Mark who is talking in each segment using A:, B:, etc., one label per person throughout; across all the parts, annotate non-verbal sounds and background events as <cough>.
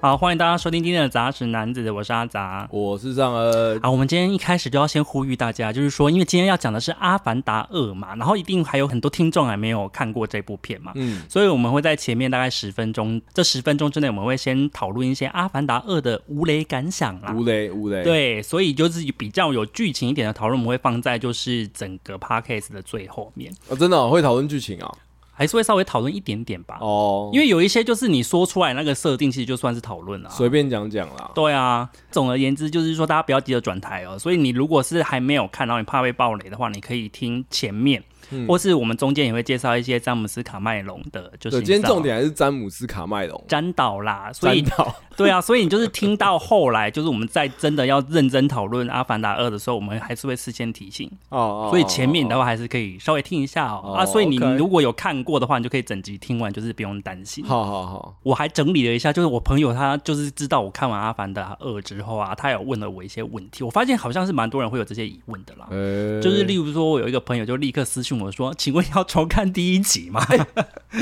A: 好，欢迎大家收听今天的杂食男子，我是阿杂。
B: 我是上呃，
A: 好，我们今天一开始就要先呼吁大家，就是说，因为今天要讲的是《阿凡达二》嘛，然后一定还有很多听众还没有看过这部片嘛，
B: 嗯，
A: 所以我们会在前面大概十分钟，这十分钟之内，我们会先讨论一些《阿凡达二》的无雷感想啦。
B: 吴雷，吴雷，，
A: 对，所以就是比较有剧情一点的讨论，我们会放在就是整个 podcast 的最后面，
B: 哦，真的哦、会讨论剧情啊，
A: 还是会稍微讨论一点点吧。
B: 哦，
A: 因为有一些就是你说出来那个设定，其实就算是讨论了。
B: 随便讲讲啦，
A: 对啊，总而言之就是说，大家不要急着转台哦。所以你如果是还没有看，然后你怕被暴雷的话，你可以听前面，
B: 嗯
A: 或是我们中间也会介绍一些詹姆斯卡麦隆的，就是
B: 对，
A: 你
B: 今天
A: 知道
B: 重点还是詹姆斯卡麦隆，
A: 詹导啦。啊所
B: 詹
A: 以 <laughs>
B: 导，
A: 对啊，所以你就是听到后来，就是我们在真的要认真讨论《阿凡达二》的时候，我们还是会事先提醒，
B: 哦哦，
A: 所以前面的
B: 哦，
A: 话还是可以稍微听一下哦。
B: 哦
A: 啊，所以你
B: OK
A: 如果有看过的话，你就可以整集听完，就是不用担心。
B: 哦好好好，
A: 我还整理了一下，就是我朋友他就是知道我看完《阿凡达二》之后啊，他有问了我一些问题，我发现好像是蛮多人会有这些疑问的啦。
B: 呃，
A: 就是例如说，我有一个朋友就立刻私信我说：“请问要重看第一集吗？” <laughs>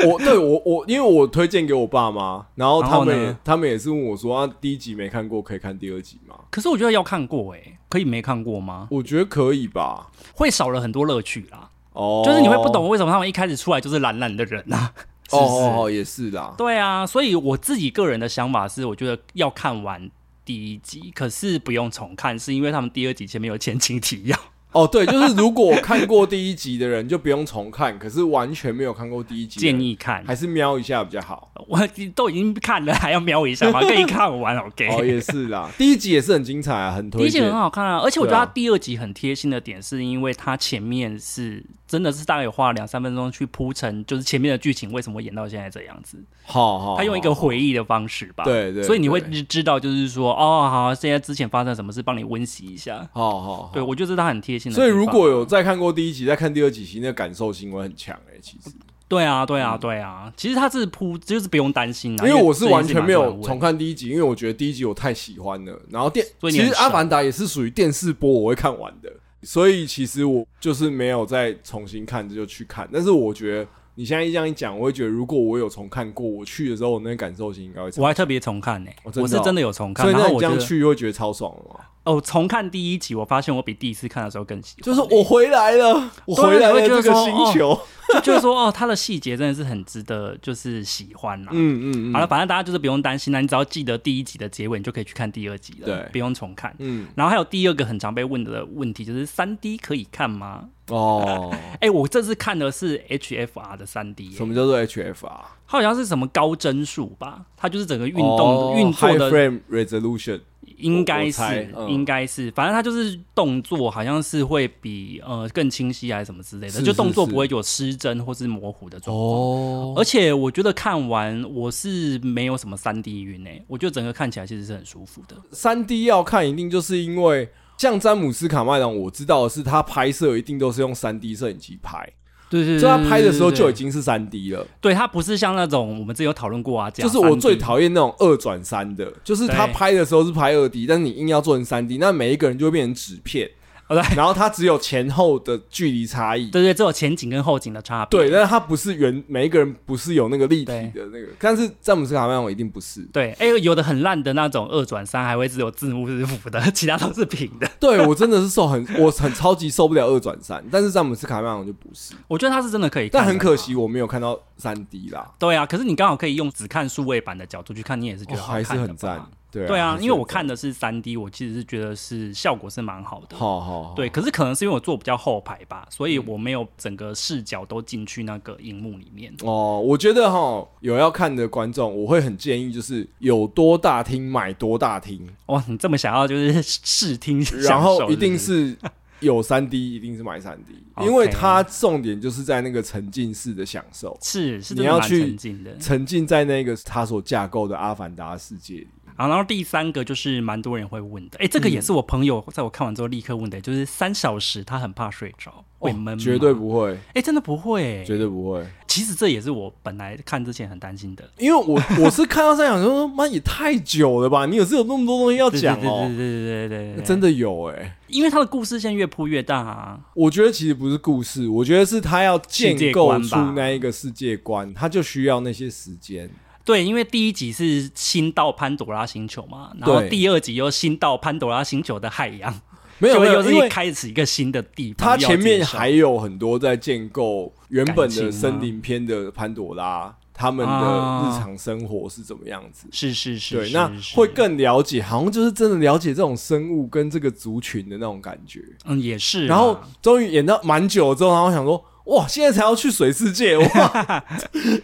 B: 我对我我，因为我推荐给我爸妈，然后他
A: 然
B: 们
A: 后呢
B: 也他们也是问我说啊，第一集没看过，可以看第二集吗？
A: 可是我觉得要看过诶、欸可以没看过吗？
B: 我觉得可以吧，
A: 会少了很多乐趣啦。
B: 哦，
A: 就是你会不懂为什么他们一开始出来就是懒懒的人啊，是
B: 哦，
A: <laughs> 不是？
B: 哦哦，也是啦，
A: 对啊，所以我自己个人的想法是，我觉得要看完第一集，可是不用重看，是因为他们第二集前面有前情提要。
B: 哦，对，就是如果看过第一集的人就不用重看，可是完全没有看过第一集，
A: 建议看，
B: 还是瞄一下比较好。
A: 我都已经看了，还要瞄一下
B: <laughs>
A: 吗？可以看完，OK。
B: 哦，也是啦，第一集也是很精彩啊，很
A: 第
B: 推
A: 一集
B: 荐
A: 很。好看啊，而且我觉得
B: 对啊
A: 它第二集很贴心的点，是因为它前面是真的是大概有花了两三分钟去铺陈，就是前面的剧情为什么会演到现在这样子。
B: 好好，
A: 他用一个回忆的方式吧，
B: 哦对对
A: 所以你会
B: 对
A: 知知道，就是说，哦，好，现在之前发生什么事，帮你温习一下。
B: 好好好
A: 对，。我觉得这是他很贴心的地方。
B: 所以如果有再看过第一集，再看第二集，其实那个感受性会很强诶、其实，
A: 对啊，对啊，对啊，其实他是铺，就是不用担心啊，
B: 因为我是完全没有重
A: 从
B: 看第一集，因为我觉得第一集我太喜欢了。然后电，
A: 所以你
B: 其
A: 很
B: 实《阿凡达》也是属于电视播我会看完的，所以其实我就是没有再重新看，这就去看。但是我觉得你现在这样一讲，我会觉得如果我有重看过，我去的时候，我那个感受性应该会强。
A: 我还特别重看呢、
B: 哦真的哦
A: 我是真的有重看，
B: 所以
A: 然
B: 那
A: 后
B: 你
A: 我
B: 这
A: 觉
B: 样
A: 得
B: 去会觉得超爽了吗？
A: 哦，重看第一集，我发现我比第一次看的时候更喜欢，
B: 就是我回来了，我回来了
A: 对你会觉
B: 这
A: 得
B: 个
A: 说
B: 星球。
A: <laughs> 就觉得说，哦，他的细节真的是很值得，就是喜欢啦、
B: <laughs> 嗯嗯嗯，
A: 好了，反正大家就是不用担心啦，你只要记得第一集的结尾，你就可以去看第二集了，
B: 对
A: 不用重看。
B: 嗯
A: 然后还有第二个很常被问的问题就是三 D 可以看吗？
B: 哦，
A: 哎、我这次看的是 HFR 的三 D，耶、
B: 什么叫做啊 HFR？
A: 它好像是什么高帧数吧？它就是整个运动
B: 哦
A: 运、作
B: High
A: 的
B: frame resolution
A: 应
B: 我
A: 该
B: 我
A: 是、
B: 猜嗯
A: 应该是，反正它就是动作好像是会比呃更清晰还是什么之类的，
B: 是
A: 就动作
B: 是是
A: 不会有失真或是模糊的状况。
B: 哦，
A: 而且我觉得看完我是没有什么三 D 晕诶，我觉得整个看起来其实是很舒服的。
B: 三 D 要看一定就是因为像詹姆斯卡麦隆，我知道的是他拍摄一定都是用三 D 摄影机拍，
A: 对对
B: 所以他拍的时候就已经是三 D 了。
A: 对它不是像那种我们之前有讨论过啊，
B: 就是我最
A: 讨。
B: 讨厌那种二转三的，就是他
A: 对
B: 拍的时候是拍二 D，但是你硬要做成三 D，那每一个人就会变成纸片，
A: 哦对
B: 然后它只有前后的距离差异，
A: 对对，只有前景跟后景的差别。
B: 对，但是他不是原每一个人不是有那个立体
A: 对
B: 的那个，但是詹姆斯卡麦隆一定不是。
A: 对，哎，有的很烂的那种二转三，还会只有字幕是浮的， <laughs> 其他都是平的。
B: <laughs> 对我真的是受很，我很超级受不了二转三，但是詹姆斯卡麦隆就不是。
A: 我觉得它是真的可以看
B: 但
A: 的
B: 很可惜，我没有看到三 D 啦，
A: 对啊，可是你刚好可以用只看数位版的角度去看，你也是觉
B: 哦、
A: 得好看
B: 还
A: 的吧、
B: 是很赞。对
A: 对啊
B: 还，是
A: 因为
B: 很
A: 我
B: 赞
A: 看的是三 D，我其实是觉得是效果是蛮好的。
B: 好好好
A: 对，可是可能是因为我坐比较后排吧，
B: 嗯
A: 所以我没有整个视角都进去那个荧幕里面。
B: 哦，我觉得哈，有要看的观众，我会很建议就是有多大厅买多大厅，
A: 哇，你这么想要就是视听享受，
B: 然后一定
A: 是哦不是
B: 是有三 D，一定是买三 D，
A: <laughs> OK
B: 因为它重点就是在那个沉浸式的享受，
A: 是是真
B: 你
A: 的
B: 要
A: 蛮
B: 去
A: 沉浸的。
B: 沉浸在那个它所架构的阿凡达世界里。
A: 好，然后第三个就是蛮多人会问的，哎、
B: 嗯
A: 这个也是我朋友在我看完之后立刻问的，就是三小时他很怕睡着，会哦闷、
B: 哦绝对，不会，
A: 哎、真的不会、
B: 绝对不会。
A: 其实这也是我本来看之前很担心的。
B: 因为我我是看到三想说，妈也太久了吧？你有是有那么多东西要
A: 对
B: 讲哦
A: 对，对对对对对对，
B: 真
A: 的，
B: 的有哎、
A: 因为他的故事线越铺越大啊。
B: 我觉得其实不是故事，我觉得是他要建
A: 世
B: 构
A: 界
B: 出
A: 观吧
B: 那一个世界观，他就需要那些时间。
A: 对，因为第一集是新到潘朵拉星球嘛，然后
B: 对
A: 第二集又新到潘朵拉星球的海洋，
B: 没有
A: 就
B: 没
A: 又
B: 有，
A: 是
B: 因
A: 一
B: 为
A: 开始一个新的地方
B: 它
A: 要介绍。
B: 前面还有很多在建构原本
A: 感情
B: 的
A: 吗
B: 森林篇的潘朵拉，他们的
A: 啊
B: 日常生活是怎么样子？
A: 是是是，
B: 对，
A: 是
B: 那
A: 是
B: 会更了解，好像就是真的了解这种生物跟这个族群的那种感觉。
A: 嗯也是啊，
B: 然后终于演到蛮久之后，然后我想说，哇，现在才要去水世界，
A: <laughs>
B: 哇，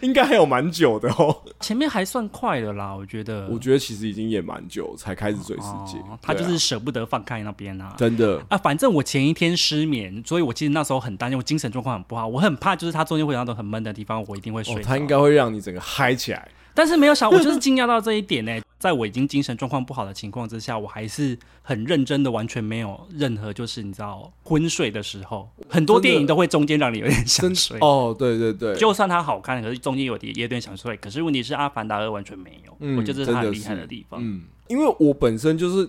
B: 应该还有蛮久的哦。
A: 前面还算快的啦，我觉得。
B: <laughs> 我觉得其实已经演蛮久才开始水世界，
A: 嗯哦他就
B: 对啊
A: 是舍不得放开那边啊。
B: 真的，
A: 啊，反正我前一天失眠，所以我其实那时候很担心，我精神状况很不好，我很怕就是他中间会有那种很闷的地方，我一定会 <laughs> 睡
B: 哦
A: 着、，
B: 他应该会让你整个嗨起来。
A: 但是没有想，我就是惊讶到这一点呢、在我已经精神状况不好的情况之下，我还是很认真的，完全没有任何就是你知道昏睡的时候，很多电影都会中间让你有点
B: 真
A: 想 <laughs> 睡。
B: 哦，对对对，
A: 就算它好看，可是中间有点也有点想睡。可是问题是，《阿凡达二》完全没有，
B: 嗯
A: 我觉得这是它很
B: 真的
A: 厉害
B: 是
A: 的地方。
B: 嗯，因为我本身就是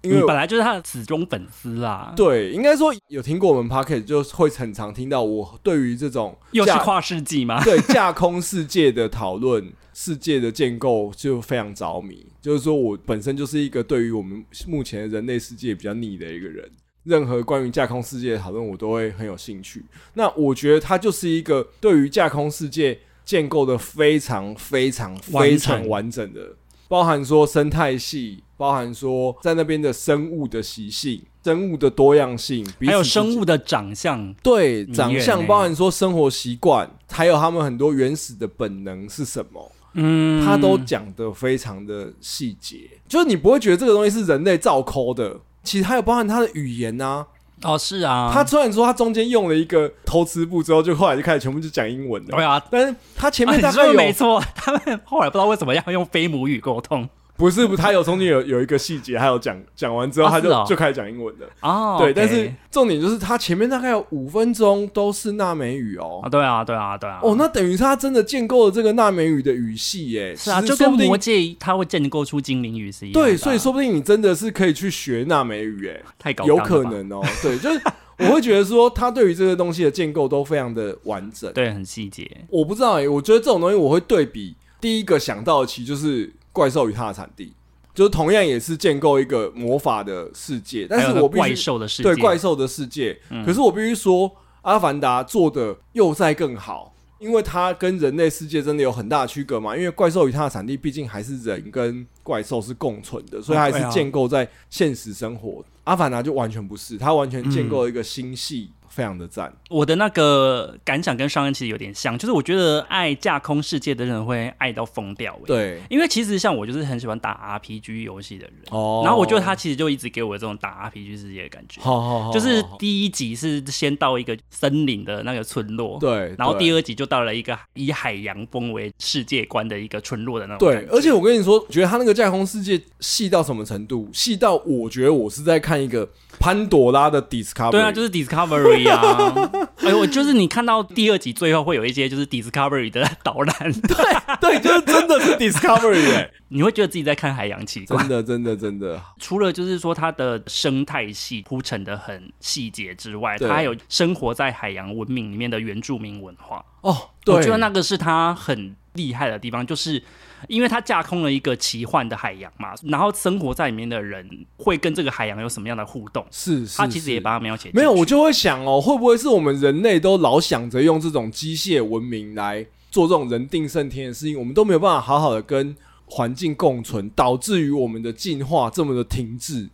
B: 因
A: 你
B: 为
A: 本来就是他的死忠粉丝啊啦，
B: 对，应该说有听过我们 p o c k e t 就会很常听到我对于这种
A: 又是
B: 架
A: 跨世纪吗？
B: 对架空世界的讨论、世界的建构就非常着迷。就是说我本身就是一个对于我们目前人类世界比较腻的一个人，任何关于架空世界的讨论我都会很有兴趣。那我觉得它就是一个对于架空世界建构的非常非常非常完整的，包含说生态系，包含说在那边的生物的习性、生物的多样性，彼
A: 还有
B: 此之
A: 生
B: 间
A: 物的长相，
B: 对
A: 迷
B: 长
A: 人
B: 相，
A: 欸
B: 包含说生活习惯，还有他们很多原始的本能是什么，
A: 嗯，
B: 他都讲的非常的细节，就是你不会觉得这个东西是人类造抠的。其实还有包含他的语言呐、
A: 哦是啊，
B: 他虽然说他中间用了一个偷吃步之后，就后来就开始全部就讲英文了，
A: 对啊，
B: 但是他前面
A: 啊
B: 大
A: 你说
B: 概
A: 的
B: 有、
A: 没错， <laughs> 他们后来不知道为什么要用非母语沟通
B: 不是不，他有中间有有一个细节，还有讲讲完之后，
A: 啊
B: 他就是
A: 哦
B: 就开始讲英文了。
A: 哦，
B: 对，
A: OK
B: 但是重点就是他前面大概有五分钟都是纳美语哦
A: 啊，对啊，对啊，对啊，
B: 哦，那等于是他真的建构了这个纳美语的语系耶，
A: 是啊，
B: 其实
A: 就跟
B: 说不定
A: 魔界他会建构出精灵语是一样的啊，
B: 对，所以说不定你真的是可以去学纳美语耶，
A: 太高，
B: 有可，能哦。对，就是我会觉得说，他对于这个东西的建构都非常的完整。
A: 对，很细节，
B: 我不知道哎，我觉得这种东西我会对比，第一个想到的其实就是《怪兽与它的产地》，就是同样也是建构一个魔法的世界，但
A: 还有
B: 是
A: 个
B: 我必须
A: 怪兽的世界，嗯
B: 对怪兽的世界。可是我必须说，《阿凡达》做的又在更好，因为它跟人类世界真的有很大的区隔嘛。因为怪兽与它的产地毕竟还是人跟怪兽是共存的，所以它还
A: 对
B: 是
A: 啊
B: 建构在现实生活。阿凡达》就完全不是，它完全建构了一个新系，非常的赞。
A: 我的那个感想跟上恩其实有点像，就是我觉得爱架空世界的人会爱到疯掉、欸，
B: 对，
A: 因为其实像我就是很喜欢打 RPG 游戏的人，
B: 哦
A: 然后我觉得他其实就一直给我这种打 RPG 世界的感觉，
B: 好好好，
A: 就是
B: 好好
A: 第一集是先到一个森林的那个村落，，
B: 对，
A: 然后第
B: 二。
A: 二集就到了一个以海洋风为世界观的一个村落的那种
B: 对
A: 感，觉，
B: 而且我跟你说，觉得他那个架空世界细到什么程度？细到我觉得我是在看一个潘朵拉的 Discovery。
A: 对啊，就是 Discovery 啊，
B: <laughs>
A: 哎，我就是你看到第二集最后会有一些就是 Discovery 的导览， <laughs>
B: 对，就是真的是 Discovery 哎、
A: 你会觉得自己在看海洋奇观。
B: 真的，真的，真的，
A: 除了就是说它的生态系铺陈的很细节之外，
B: 对
A: 它还有生活在海洋文明里面的原住民文化。
B: 哦，对，
A: 我觉得那个是它很厉害的地方，就是因为它架空了一个奇幻的海洋嘛，然后生活在里面的人会跟这个海洋有什么样的互动，
B: 是是，
A: 它其实也
B: 是
A: 把它描写进去
B: 没有，我就会想哦，会不会是我们人类都老想着用这种机械文明来做这种人定胜天的事情，我们都没有办法好好的跟环境共存，导致于我们的进化这么的停滞。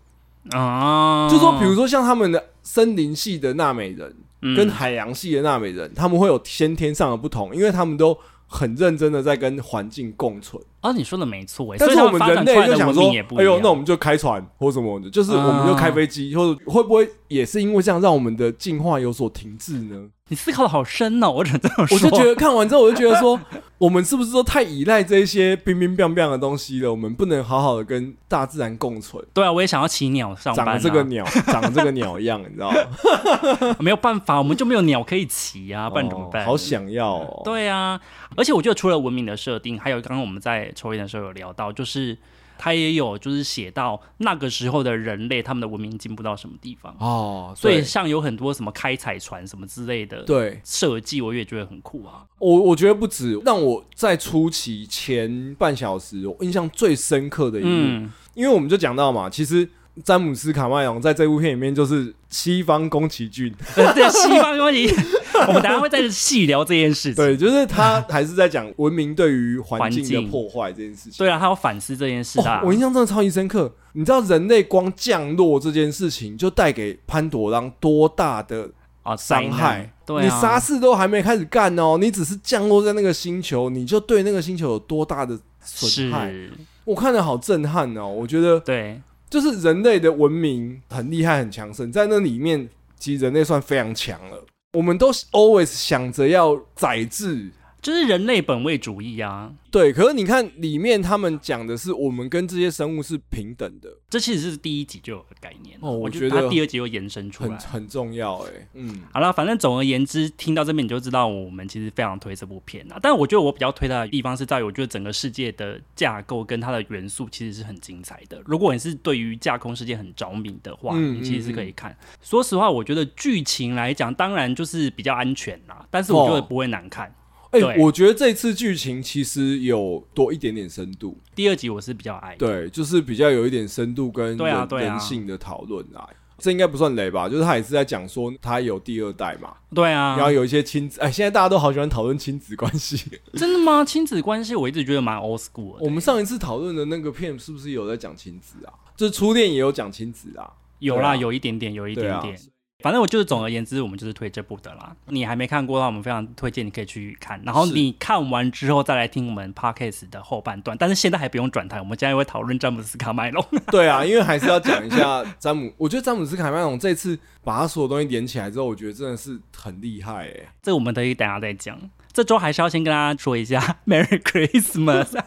A: 啊，
B: 就说，比如说像他们的森林系的纳美人
A: 嗯
B: 跟海洋系的纳美人，他们会有先天上的不同，因为他们都很认真的在跟环境共存。
A: 哦，你说的没错欸，
B: 但是
A: 所以
B: 我
A: 他
B: 们
A: 发
B: 人
A: 展
B: 类
A: 出来
B: 就
A: 的
B: 想
A: 文
B: 说
A: 明也，不
B: 哎
A: 一
B: 呦
A: 样，
B: 那我们就开船或什么的，就是我们就开飞机，或者会不会也是因为这样让我们的进化有所停滞呢？
A: 你思考的好深哦，我只能这么说，
B: <laughs> 我就觉得看完之后，我就觉得说，我们是不是都太依赖这些冰冰冰冰的东西了？我们不能好好的跟大自然共存，
A: 对啊，我也想要骑鸟上班、
B: 长
A: 啊，
B: 这个鸟，长这个鸟样，你知 <laughs> 道吗？
A: 没有办法，我们就没有鸟可以骑啊，不然怎么办？
B: 哦好想要哦，
A: 对啊，而且我觉得除了文明的设定，还有刚刚我们在抽烟的时候有聊到，就是他也有就是写到那个时候的人类他们的文明进步到什么地方。
B: 哦，
A: 所以
B: 对
A: 像有很多什么开采船什么之类的
B: 对
A: 设计，我也觉得很酷啊。
B: 我我觉得不止让我在初期前半小时，我印象最深刻的一幕，
A: 嗯， <laughs>
B: 因为我们就讲到嘛，其实詹姆斯卡麦隆在这部片里面就是西方宫崎骏，
A: 对，西方东西， <laughs> 我们等一下会再细聊这件事情。
B: 对，就是他还是在讲文明对于
A: 环
B: 环境的
A: 境
B: 破坏这件事情。
A: 对啊，他要反思这件事啊
B: 哦，。我印象真的超级深刻。你知道人类光降落这件事情，就带给潘朵拉多大的
A: 啊，灾
B: 伤
A: 难
B: 害？
A: 对啊，
B: 你啥事都还没开始干哦，你只是降落在那个星球，你就对那个星球有多大的损害？
A: 是，
B: 我看的好震撼哦！我觉得
A: 对，
B: 就是人类的文明很厉害、很强盛，在那里面，其实人类算非常强了。我们都 always 想着要宰制，
A: 就是人类本位主义啊。
B: 对。可是你看里面他们讲的是，我们跟这些生物是平等的，
A: 这其实是第一集就有的概念了
B: 哦我
A: 我
B: 觉得
A: 他第二集又延伸出
B: 很
A: 来。
B: 很重要、欸。哎，嗯，
A: 好了，反正总而言之，听到这边你就知道我们其实非常推这部片啊。但我觉得我比较推它的地方是在于，我觉得整个世界的架构跟它的元素其实是很精彩的。如果你是对于架空世界很着迷的话，
B: 嗯
A: 你其实是可以看。说实话，我觉得剧情来讲，当然就是比较安全啦，但是我觉得
B: 哦
A: 不会难看。
B: 哎、
A: 对
B: 我觉得这次剧情其实有多一点点深度，
A: 第二集我是比较爱的，
B: 对，就是比较有一点深度跟人
A: 对啊对啊
B: 人性的讨论啊。这应该不算雷吧？就是他也是在讲说他有第二代嘛，
A: 对啊，
B: 然后有一些亲子，哎，现在大家都好喜欢讨论亲子关系。
A: 真的吗？亲子关系我一直觉得蛮 old school 的。
B: 我们上一次讨论的那个片是不是有在讲亲子啊？就是初恋也有讲亲子啊。 <laughs>
A: 有啦，
B: 对啊
A: 有一点点，有一点
B: 对
A: 点。
B: 啊嗯
A: 反正我就是总而言之，我们就是推这部的啦。你还没看过的话，我们非常推荐你可以去看。然后
B: 是
A: 你看完之后再来听我们 podcast 的后半段，但是现在还不用转台，我们现在会讨论詹姆斯卡麦隆。 <laughs>
B: 对啊，因为还是要讲一下詹姆， <laughs> 我觉得詹姆斯卡麦隆这次把他所有东西连起来之后，我觉得真的是很厉害哎、
A: <laughs> 这我们可以等一下再讲。这周还是要先跟大家说一下 <laughs> Merry
B: <laughs>
A: Christmas。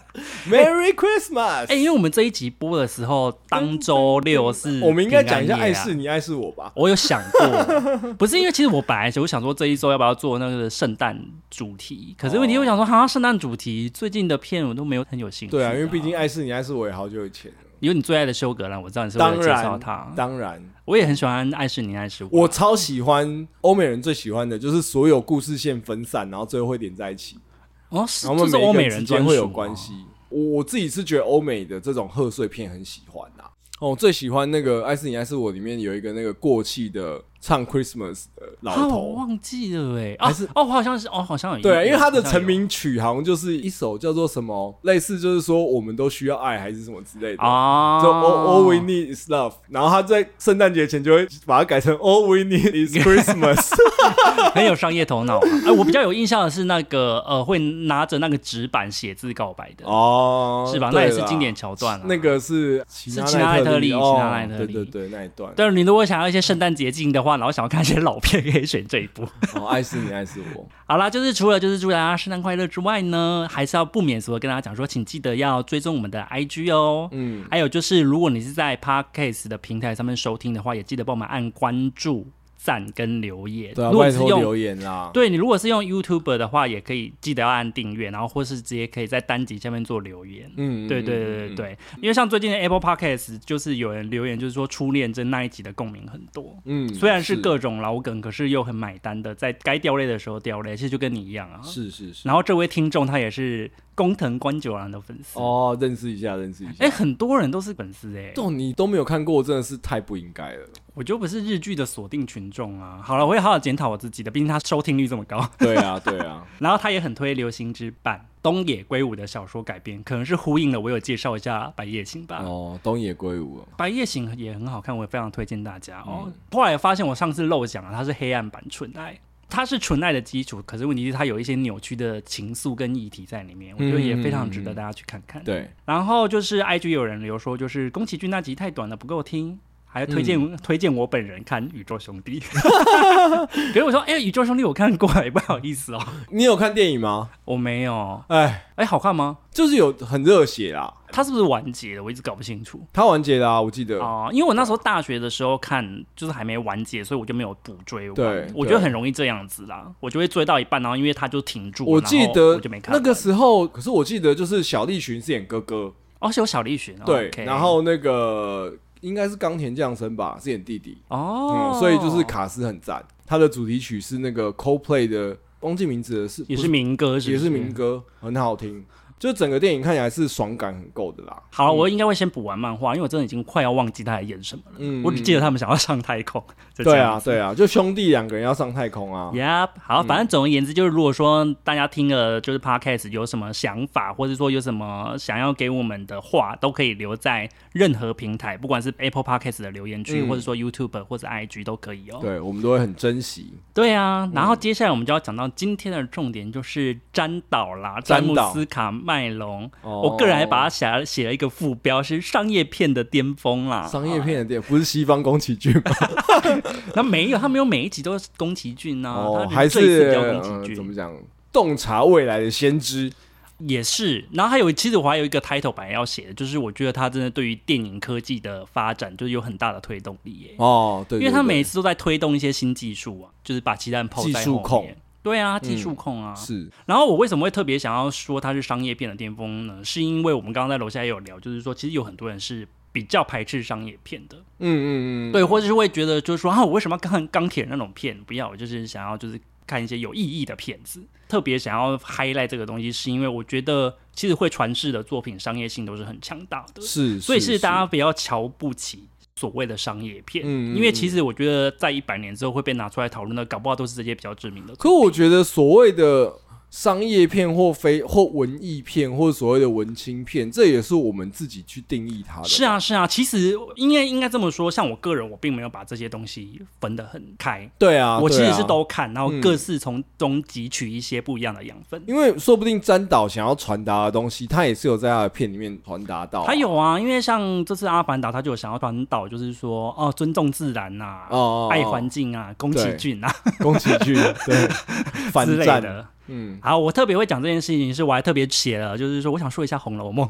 B: Merry Christmas！、
A: 哎、因为我们这一集播的时候，当周六是、
B: 我们应该讲一下爱
A: 是
B: 是你，爱是我吧？
A: 我有想过， <laughs> 不是因为其实我本来就想说这一周要不要做那个圣诞主题，可是问题我想说，哈，圣诞主题最近的片我都没有很有兴趣、
B: 对啊，因为毕竟爱是你，爱是我也好久以前了。
A: 有你最爱的修格兰，我知道你是为了
B: 当
A: 介绍
B: 然
A: 他，，
B: 当然，
A: 我也很喜欢《爱是你爱是我》。
B: 我超喜欢欧美人最喜欢的就是所有故事线分散，然后最后会连在一起，
A: 哦，是
B: 然后我
A: 这
B: 们
A: 是
B: 每
A: 欧
B: 一个
A: 美
B: 人之
A: 人
B: 间
A: 专
B: 会
A: 属
B: 有
A: 吗
B: 关。系。我我自己是觉得欧美的这种贺岁片很喜欢啦、哦，我最喜欢那个《爱是你爱是我》里面有一个那个过气的唱 Christmas 的老
A: 啊，我
B: 头，
A: 忘记了哎，
B: 还
A: 啊
B: 是
A: 哦，我好像是哦，好像有印
B: 对啊，因为他的
A: 好像有
B: 成名曲好像就是一首叫做什么，类似就是说我们都需要爱还是什么之类的。
A: 啊，
B: 就 all, all we need is love，然后他在圣诞节前就会把它改成 all we need is Christmas。
A: <laughs> 很有商业头脑啊。哎，我比较有印象的是那个呃，会拿着那个纸板写字告白的，
B: 哦，
A: 是吧？
B: 对
A: 那也是
B: 啦
A: 经典桥段啊。
B: 那个是齐
A: 是齐纳奈特利
B: 哦
A: 齐纳奈特利
B: 对对对，那一段。
A: 但是你如果想要一些圣诞节庆的话，然后想要看一些老片，可以选这一部。 <laughs>
B: <laughs> 哦，爱是你，爱是我。
A: 好啦，就是除了就是祝大家圣诞快乐之外呢，还是要不免俗的跟大家讲说，请记得要追踪我们的 IG 哦。
B: 嗯，
A: 还有就是，如果你是在 Podcast 的平台上面收听的话，也记得帮我们按关注、赞跟留言。
B: <laughs> 对啊，
A: 如果
B: 拜
A: 你是
B: 托
A: 用
B: 留言啦。
A: 对你如果是用 YouTube 的话，也可以记得要按订阅，然后或是直接可以在单集下面做留言。
B: 嗯，
A: 对
B: 嗯
A: 对对对，对，因为像最近的 Apple Podcast 就是有人留言，就是说初恋真那一集的共鸣很多，
B: 嗯，嗯
A: 虽然是各种老梗，可是又很买单的，在该掉泪的时候掉泪，其实就跟你一样啊。
B: 是是是，
A: 然后这位听众他也是工藤官九郎的粉丝，哎、
B: 哦，认识一下，认识一下。
A: 很多人都是粉丝哎、
B: 哦，你都没有看过，真的是太不应该了。
A: 我就不是日剧的锁定群众啊。好了，我也好好检讨我自己的，毕竟他收听率这么高。
B: 对啊，对
A: <laughs>
B: 啊，
A: 然后他也很推《流星之伴》东野圭吾的小说改编，可能是呼应了我有介绍一下《白夜行》吧。
B: 哦，东野圭吾哦，
A: 白夜行也很好看，我也非常推荐大家哦。后来发现我上次漏讲了，它是黑暗版纯爱，它是纯爱的基础，可是问题是它有一些扭曲的情愫跟议题在里面，我觉得也非常值得大家去看看。
B: 对，
A: 然后就是 IG 有人留说，就是宫崎骏那集太短了，不够听。还要推荐、推荐我本人看《宇宙兄弟》，可是我说，哎、宇宙兄弟》我看过，也不好意思哦，
B: 你有看电影吗？
A: 我没有。
B: 哎，
A: 哎、好看吗？
B: 就是有很热血啦，
A: 它是不是完结了？我一直搞不清楚。
B: 它完结啦，我记得。
A: 哦、因为我那时候大学的时候看，就是还没完结，所以我就没有补追完。
B: 对
A: 我觉得很容易这样子啦，我就会追到一半，然后因为它就停住，
B: 我
A: 然后
B: 记得
A: 我就没看
B: 那
A: 完。
B: 个时候，可是我记得就是小栗旬是演哥哥，
A: 哦，是有小栗旬，
B: 对
A: OK
B: 然后那个应该是冈田将生吧，是演弟弟，
A: 哦、
B: 嗯，所以就是卡斯很赞。他的主题曲是那个 Coldplay 的，忘记名字了，是
A: 也
B: 不
A: 是民歌是不嗯
B: 也是民。歌，很好听。就整个电影看起来是爽感很够的啦。
A: 好，我应该会先补完漫画，因为我真的已经快要忘记他在演什么了。
B: 嗯，
A: 我只记得他们想要上太空。就这
B: 对
A: 样
B: 啊，对啊，就兄弟两个人要上太空啊。
A: Yep，好，反正总而言之，就是如果说大家听了就是 podcast 有什么想法，或者说有什么想要给我们的话，都可以留在任何平台，不管是 Apple podcast 的留言区，
B: 嗯
A: 或者说 YouTube 或者 IG 都可以哦。
B: 对，嗯我们都会很珍惜。
A: 对啊，然后接下来我们就要讲到今天的重点，就是詹导啦，詹
B: 詹
A: 姆
B: 导
A: 斯卡麦隆。
B: 哦
A: 我个人还把它写写了一个副标，是商业片的巅峰啦。
B: 商业片的电影不是西方宫崎骏吗？
A: 那没有，他没有每一集都是宫崎骏啊，
B: 哦，
A: 他
B: 还
A: 最死
B: 是
A: 掉宫
B: 呃
A: 崎骏、
B: 怎么讲？洞察未来的先知。
A: 也是，然后还有，其实我还有一个 title 本来要写的，就是我觉得他真的对于电影科技的发展就是有很大的推动力耶，
B: 哦，对，
A: 因为他
B: 对对
A: 每次都在推动一些新技术啊，就是把鸡蛋抛在
B: 技术
A: 后
B: 控嗯
A: 面。对啊，技术控啊。
B: 是
A: 然后我为什么会特别想要说它是商业片的巅峰呢？是因为我们刚刚在楼下也有聊，就是说其实有很多人是比较排斥商业片的，
B: 嗯嗯嗯，
A: 对，或者是会觉得就是说啊，我为什么要看钢铁那种片？不要，我就是想要就是看一些有意义的片子。特别想要 highlight 这个东西，是因为我觉得其实会传世的作品商业性都是很强大的，
B: 是，
A: 所以是大家不要瞧不起。所谓的商业片，
B: 嗯嗯
A: 因为其实我觉得在一百年之后会被拿出来讨论的，搞不好都是这些比较知名的。
B: 可我觉得所谓的商业片或非或文艺片或所谓的文青片，这也是我们自己去定义它的。
A: 是啊，是啊，其实应该应该这么说，像我个人，我并没有把这些东西分得很开，
B: 对啊，
A: 我其
B: 对
A: 实
B: 啊
A: 是都看，然后
B: 嗯
A: 各自从中汲取一些不一样的养分。
B: 因为说不定詹导想要传达的东西，他也是有在他的片里面传达到啊、
A: 他有啊，因为像这次《阿凡达》，他就有想要传导，就是说哦，尊重自然呐、
B: 哦哦哦
A: 啊爱环境啊，宫崎骏啊
B: 宫崎
A: <laughs>
B: 骏对反
A: 之类
B: 战，
A: 的。
B: 嗯
A: 好，我特别会讲这件事情，是我还特别写了，就是说我想说一下《红楼梦》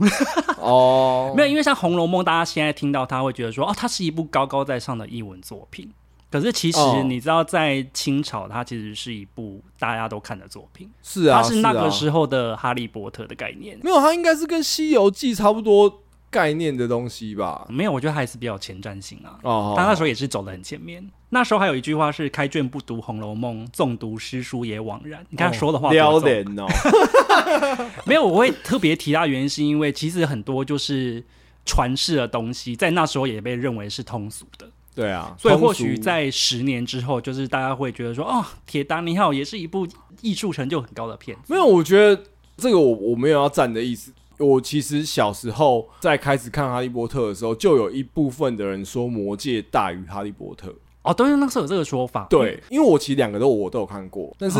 B: 哦，
A: 没有，因为像《红楼梦》，大家现在听到他会觉得说哦，它是一部高高在上的译文作品。可是其实
B: 哦
A: 你知道，在清朝，它其实是一部大家都看的作品，
B: 是啊，
A: 它是那个
B: 啊
A: 时候的《哈利波特》的概念。
B: 没有，他应该是跟《西游记》差不多概念的东西吧？
A: 没有，我觉得还是比较有前瞻性啊。
B: 哦，
A: 他那时候也是走得很前面。那时候还有一句话是“开卷不读《红楼梦》，纵读诗书也枉然”。你看他说的话多
B: 撩
A: 重
B: 人哦，
A: 没有，我会特别提他原因是因为其实很多就是传世的东西，在那时候也被认为是通俗的，
B: 对啊，
A: 所以或
B: 通俗
A: 许在十年之后，就是大家会觉得说，哦，《铁达尼号》也是一部艺术成就很高的片子。
B: 没有，我觉得这个我我没有要站的意思。我其实小时候在开始看《哈利波特》的时候，就有一部分的人说《魔戒》大于《哈利波特》。
A: 哦，对，那时候有这个说法。
B: 对，因为我其实两个都我都有看过，但
A: 嗯，
B: 是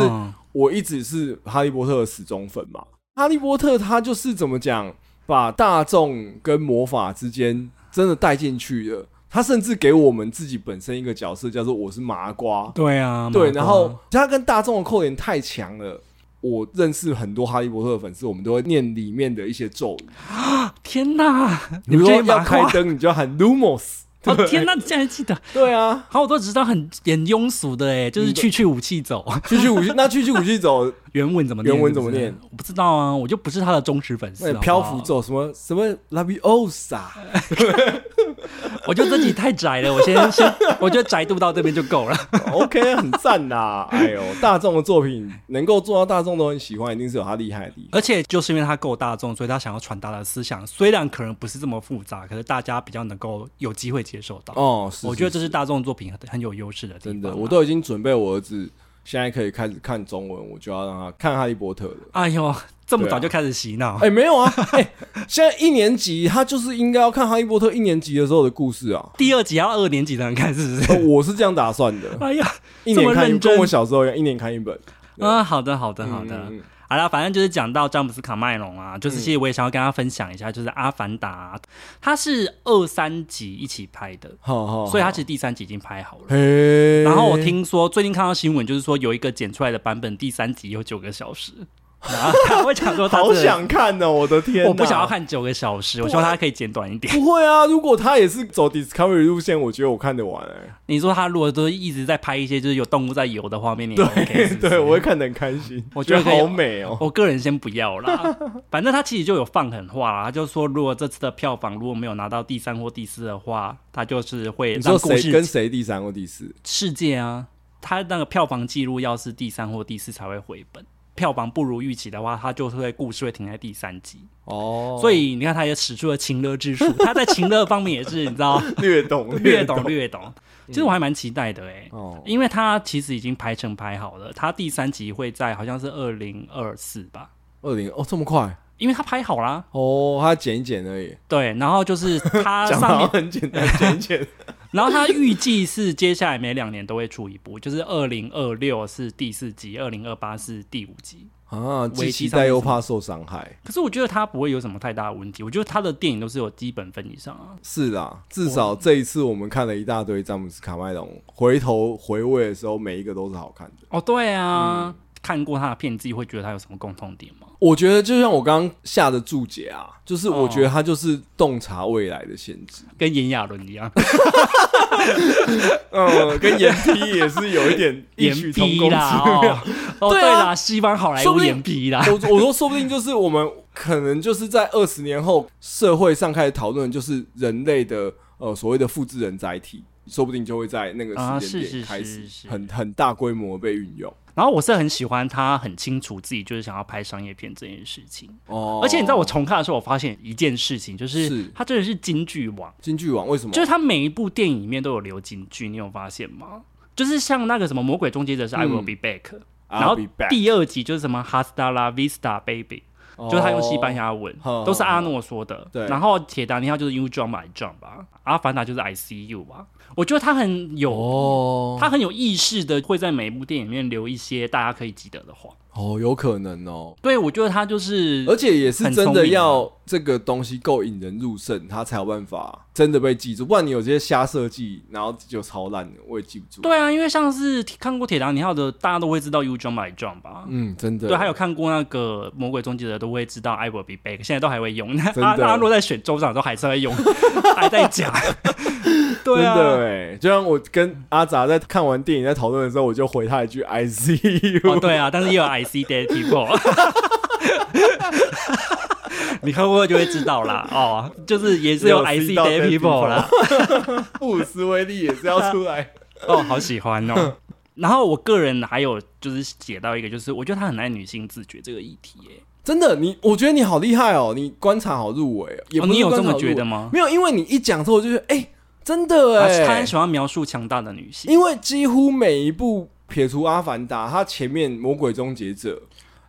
B: 我一直是《哈利波特》的死忠粉嘛。《哈利波特》它就是怎么讲，把大众跟魔法之间真的带进去了。它甚至给我们自己本身一个角色，叫做我是麻瓜。
A: 对啊，
B: 对，
A: 麻瓜
B: 然后他跟大众的扣连太强了。我认识很多哈利波特的粉丝，我们都会念里面的一些咒语。
A: 啊天哪，你
B: 比如
A: 们这
B: 说
A: 些
B: 要
A: 麻
B: 开
A: 瓜，
B: 灯，你就要喊 Lumos。
A: 哦天哪，你竟然记得。
B: 对啊，
A: 好，我都知道很很庸俗的哎，就是
B: 嗯
A: 去去武器走， <laughs>
B: 去去武器，那去去武器走，
A: 原文怎么念？
B: 原文怎么念
A: 是不是？我不知道啊，我就 <laughs> 不是他的忠实粉丝。
B: 那
A: 好不啊好
B: 漂浮，咒什么什么 Laviosa，
A: <laughs> 我觉得自己太窄了，我先 <laughs> 先，我觉得窄度到这边就够了。 <laughs>
B: 哦 OK，很赞呐！哎呦，大众的作品能够做到大众都很喜欢，一定是有它厉害的地
A: <laughs>
B: 方。
A: 而且就是因为他够大众，所以他想要传达的思想，虽然可能不是这么复杂，可是大家比较能够有机会接受到。
B: 哦，是
A: 我觉得这是大众作品很很有优势的地方啊。
B: 真的，我都已经准备我儿子现在可以开始看中文，我就要让他看《哈利波特》了。
A: 哎呦，这么
B: 对啊
A: 早就开始洗脑
B: 哎、。没有啊，哎、现在一年级他就是应该要看《哈利波特》一年级的时候的故事 <laughs> 啊。
A: 第二集要二年级的人看是不是？
B: 呃我 <laughs> 是这样打算的，
A: 哎呀，
B: 一年
A: 这
B: 看
A: 么
B: 一，
A: 认真
B: 跟我小时候一样，一年看一本。对
A: 啊，好的，好的，好的。
B: 嗯嗯嗯
A: 好啦，反正就是讲到詹姆斯卡麦隆啊，就是其实我也想要跟他分享一下，就是《阿凡达》，它是二三集一起拍的，
B: 好好，
A: 所以它其实第三集已经拍好了。
B: 哦嘿，
A: 然后我听说最近看到新闻，就是说有一个剪出来的版本，第三集有九个小时，然后他会讲说他
B: <laughs> 好
A: 真的
B: 想看哦！我的天，
A: 我不想要。看九个小时，我希望他可以剪短一点。
B: 不会啊，如果他也是走 Discovery 路线，我觉得我看得完哎、
A: 你说他如果都一直在拍一些就是有动物在游的画面，你也 OK 是不是
B: 对，我会看得很开心，
A: 我
B: 觉
A: 觉
B: 得
A: 得可以
B: 好美
A: <laughs>
B: 哦。
A: 我个人先不要啦，反正他其实就有放狠话啦，他就说如果这次的票房如果没有拿到第三或第四的话，他就是会
B: 你
A: 让
B: 说
A: 故
B: 谁跟
A: 事
B: 谁第三或第四？
A: 世界啊，他那个票房记录要是第三或第四才会回本，票房不如预期的话，他就是会故事会停在第三集。
B: 哦
A: 所以你看，他也使出了情乐之
B: <laughs>
A: 术，他在情乐方面也是你知道
B: 略懂嗯
A: 略懂略懂。其实我还蛮期待的哎、
B: 哦，
A: 因为他其实已经排成排好了，他第三集会在好像是二零二四吧，
B: 二零哦这么快
A: 因为他拍好啦，
B: 哦，他剪一剪而已，
A: 对，然后就是
B: <laughs>
A: 它
B: 讲的
A: 上面，
B: 很简单，剪一 <laughs> 剪。
A: 然后它预计是接下来每两年都会出一部，就是二零二六是第四集，二零二八是第五集。
B: 啊，既
A: 危机
B: 期待
A: 上面
B: 又
A: 是
B: 怕受伤害，
A: 可是我觉得它不会有什么太大的问题，我觉得它的电影都是有基本分以上啊。
B: 是啦，至少这一次我们看了一大堆詹姆斯卡麦隆，回头回味的时候，每一个都是好看的。
A: 哦，对啊，看过他的片，你自己会觉得他有什么共同点吗？
B: 我觉得就像我刚刚下的注解啊，就是我
A: 哦
B: 觉得他就是洞察未来的限制，
A: 跟炎亚纶一样，
B: 嗯，跟岩梯也是有一点 <laughs> 异
A: 岩
B: 曲同 <laughs>
A: 壁
B: 工之
A: 啦，
B: 妙。
A: 哦，哦
B: 对啊
A: 对啦，西方好莱
B: 说不
A: 坞
B: 定
A: 岩壁啦，
B: 我我说，说不定就是我们可能就是在二十年后社会上开始讨论，就是人类的呃所谓的复制人载体，说不定就会在那个
A: 啊
B: 时间
A: 是
B: 点
A: 是
B: 开
A: 是
B: 始
A: 是
B: 很很大规模地被运用。
A: 然后我是很喜欢他很清楚自己就是想要拍商业片这件事情。
B: 哦
A: 而且你知道我重看的时候，我发现一件事情，就是
B: 是
A: 他真的是京剧王，
B: 京剧王为什么？
A: 就是他每一部电影里面都有留京剧，你有发现吗？就是像那个什么《魔鬼终结者》是 I will be back，、然后
B: 嗯 I'll be back
A: 第二集就是什么 Hasta la vista baby，、就是他用西班牙文
B: 哦，
A: 都是阿诺说的。
B: 对
A: 然后铁达尼号就是 You jump I jump 吧，阿凡达就是 I see you 吧。我觉得他很有，
B: 哦，
A: 他很有意识的会在每一部电影里面留一些大家可以记得的话。
B: 哦，有可能哦。
A: 对，我觉得他就是，
B: 而且也是
A: 很
B: 真
A: 聪
B: 的
A: 明啊
B: 要这个东西够引人入胜，它才有办法真的被记住。不然你有这些瞎设计，然后就超烂的，我也记不住。，
A: 对啊，因为像是看过《铁达尼号》的，大家都会知道 You Jump I Jump 吧。
B: 嗯，真的。
A: 对，还有看过那个《魔鬼终结者》，都会知道 I will be back，现在都还会用。那 <laughs>
B: 真的
A: 阿阿若在选州长的时候还是会用， <laughs> 还在讲。 <laughs> 对
B: 真的
A: 啊，
B: 哎，就像我跟阿杂在看完电影在讨论的时候，我就回他一句 <laughs> “I see you”，、
A: 哦对啊，但是也有 I see dead people。你看过就会知道啦，哦，就是也是有
B: 有
A: I
B: see
A: see
B: 到
A: dead
B: dead
A: people 啦，
B: 布鲁斯威利也是要出来。
A: 哦，好喜欢哦。 <laughs> 然后我个人还有就是写到一个，就是我觉得他很爱女性自觉这个议题耶，
B: 真的，你我觉得你好厉害哦，你观察好入围哦，也
A: 哦
B: 不是
A: 你有
B: 观
A: 这
B: 察
A: 么
B: 好入
A: 觉
B: 围
A: 得吗？
B: 没有，因为你一讲之后，我就觉得哎、真的
A: 他
B: 哎，
A: 他很喜欢描述强大的女性。
B: 因为几乎每一部撇除《阿凡达》，它前面《魔鬼终结者》
A: 里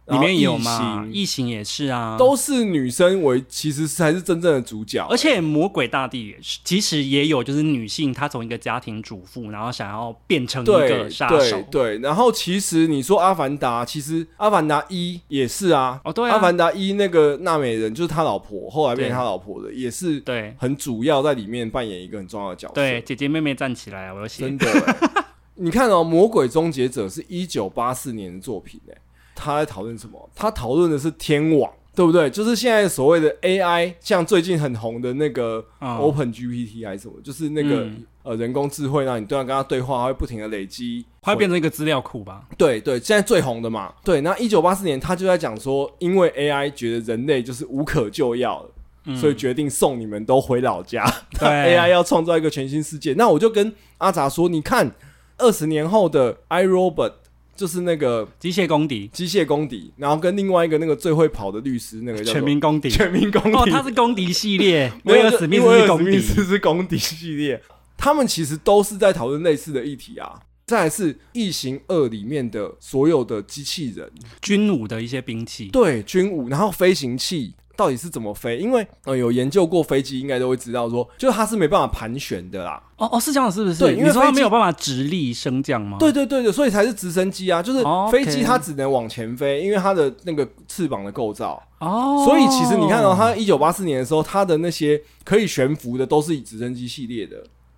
B: 然后
A: 面有
B: 哦异
A: 嘛？
B: 形
A: 异形也是啊，
B: 都是女生为，其实才是真正的主角。
A: 而且魔鬼大帝也是，其实也有就是女性她从一个家庭主妇，然后想要变成一
B: 对
A: 个杀手
B: 对。对，然后其实你说《阿凡达》，其实《阿凡达一》也是啊，
A: 哦对啊
B: 阿凡达一》那个娜美人就是他老婆，后来变成
A: 对
B: 他老婆的，也是
A: 对
B: 很主要在里面扮演一个很重要的角色。
A: 对，，姐姐妹妹站起来，我有写
B: 真的欸、你看哦，《魔鬼终结者》是一九八四年的作品哎、他在讨论什么？他讨论的是天网，对不对？就是现在所谓的 AI，像最近很红的那个
A: 嗯
B: Open GPT 还是什么，就是那个、
A: 嗯
B: 呃人工智慧，让你对它跟它对话，它会不停的累积，
A: 快变成一个资料库
B: <laughs>
A: 吧？
B: 对对，现在最红的嘛。对，那一九八四年他就在讲说，因为 AI 觉得人类就是无可救药了。所以决定送你们都回老家。
A: 嗯 <laughs> 对
B: AI 要创造一个全新世界。那我就跟阿杂说，你看二十年后的 iRobot 就是那个
A: 机械公敌，
B: 机械公敌，然后跟另外一个那个最会跑的律师那个叫做
A: 全民公敌。
B: 全民公
A: 哦，
B: 敌，
A: 他是公敌系列，
B: <laughs> 没
A: 威
B: 有
A: 尔
B: 就
A: 史密
B: 因为
A: 斯
B: 威尔
A: 是公
B: 史密
A: 敌。
B: 斯是公敌系列，他们其实都是在讨论类似的议题啊。再来是《异形二》里面的所有的机器人，
A: 军武的一些兵器。
B: 对军武，然后飞行器到底是怎么飞？因为呃有研究过飞机，应该都会知道说，就它是没办法盘旋的啦。
A: 哦哦，是这样是不是？
B: 对因为
A: 你说
B: 飞
A: 他
B: 机
A: 没有办法直立升降吗？
B: 对对对对，所以才是直升机啊，就是
A: 哦
B: 飞
A: ，OK
B: 机它只能往前飞，因为它的那个翅膀的构造。
A: 哦，
B: 所以其实你看到、它一九八四年的时候，它的那些可以悬浮的都是以直升机系列的，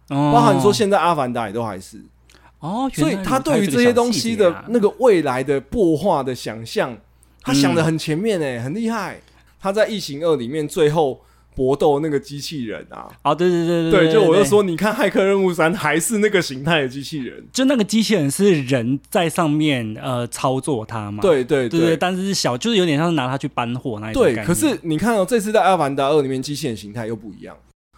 A: 哦
B: 包含说现在《阿凡达》也都还是。
A: 哦，
B: 所以
A: 原来
B: 他
A: 如
B: 对于
A: 此
B: 这些东西
A: 还有
B: 的
A: 个小细节啊
B: 那个未来的破化的想象，他
A: 嗯
B: 想的很前面哎、很厉害。他在《异形二》里面最后搏斗那个机器人啊，
A: 哦，对对对
B: 对，
A: 对，
B: 就我就
A: 对，
B: 说，你看《骇客任务三》还是那个形态的机器人，
A: 就那个机器人是人在上面呃操作它嘛，
B: 对对
A: 对对，但是是小，就是有点像是拿它去搬货那一种
B: 对，
A: 概
B: 可
A: 念
B: 是你看哦，这次在《阿凡达二》里面，机器人形态又不一样。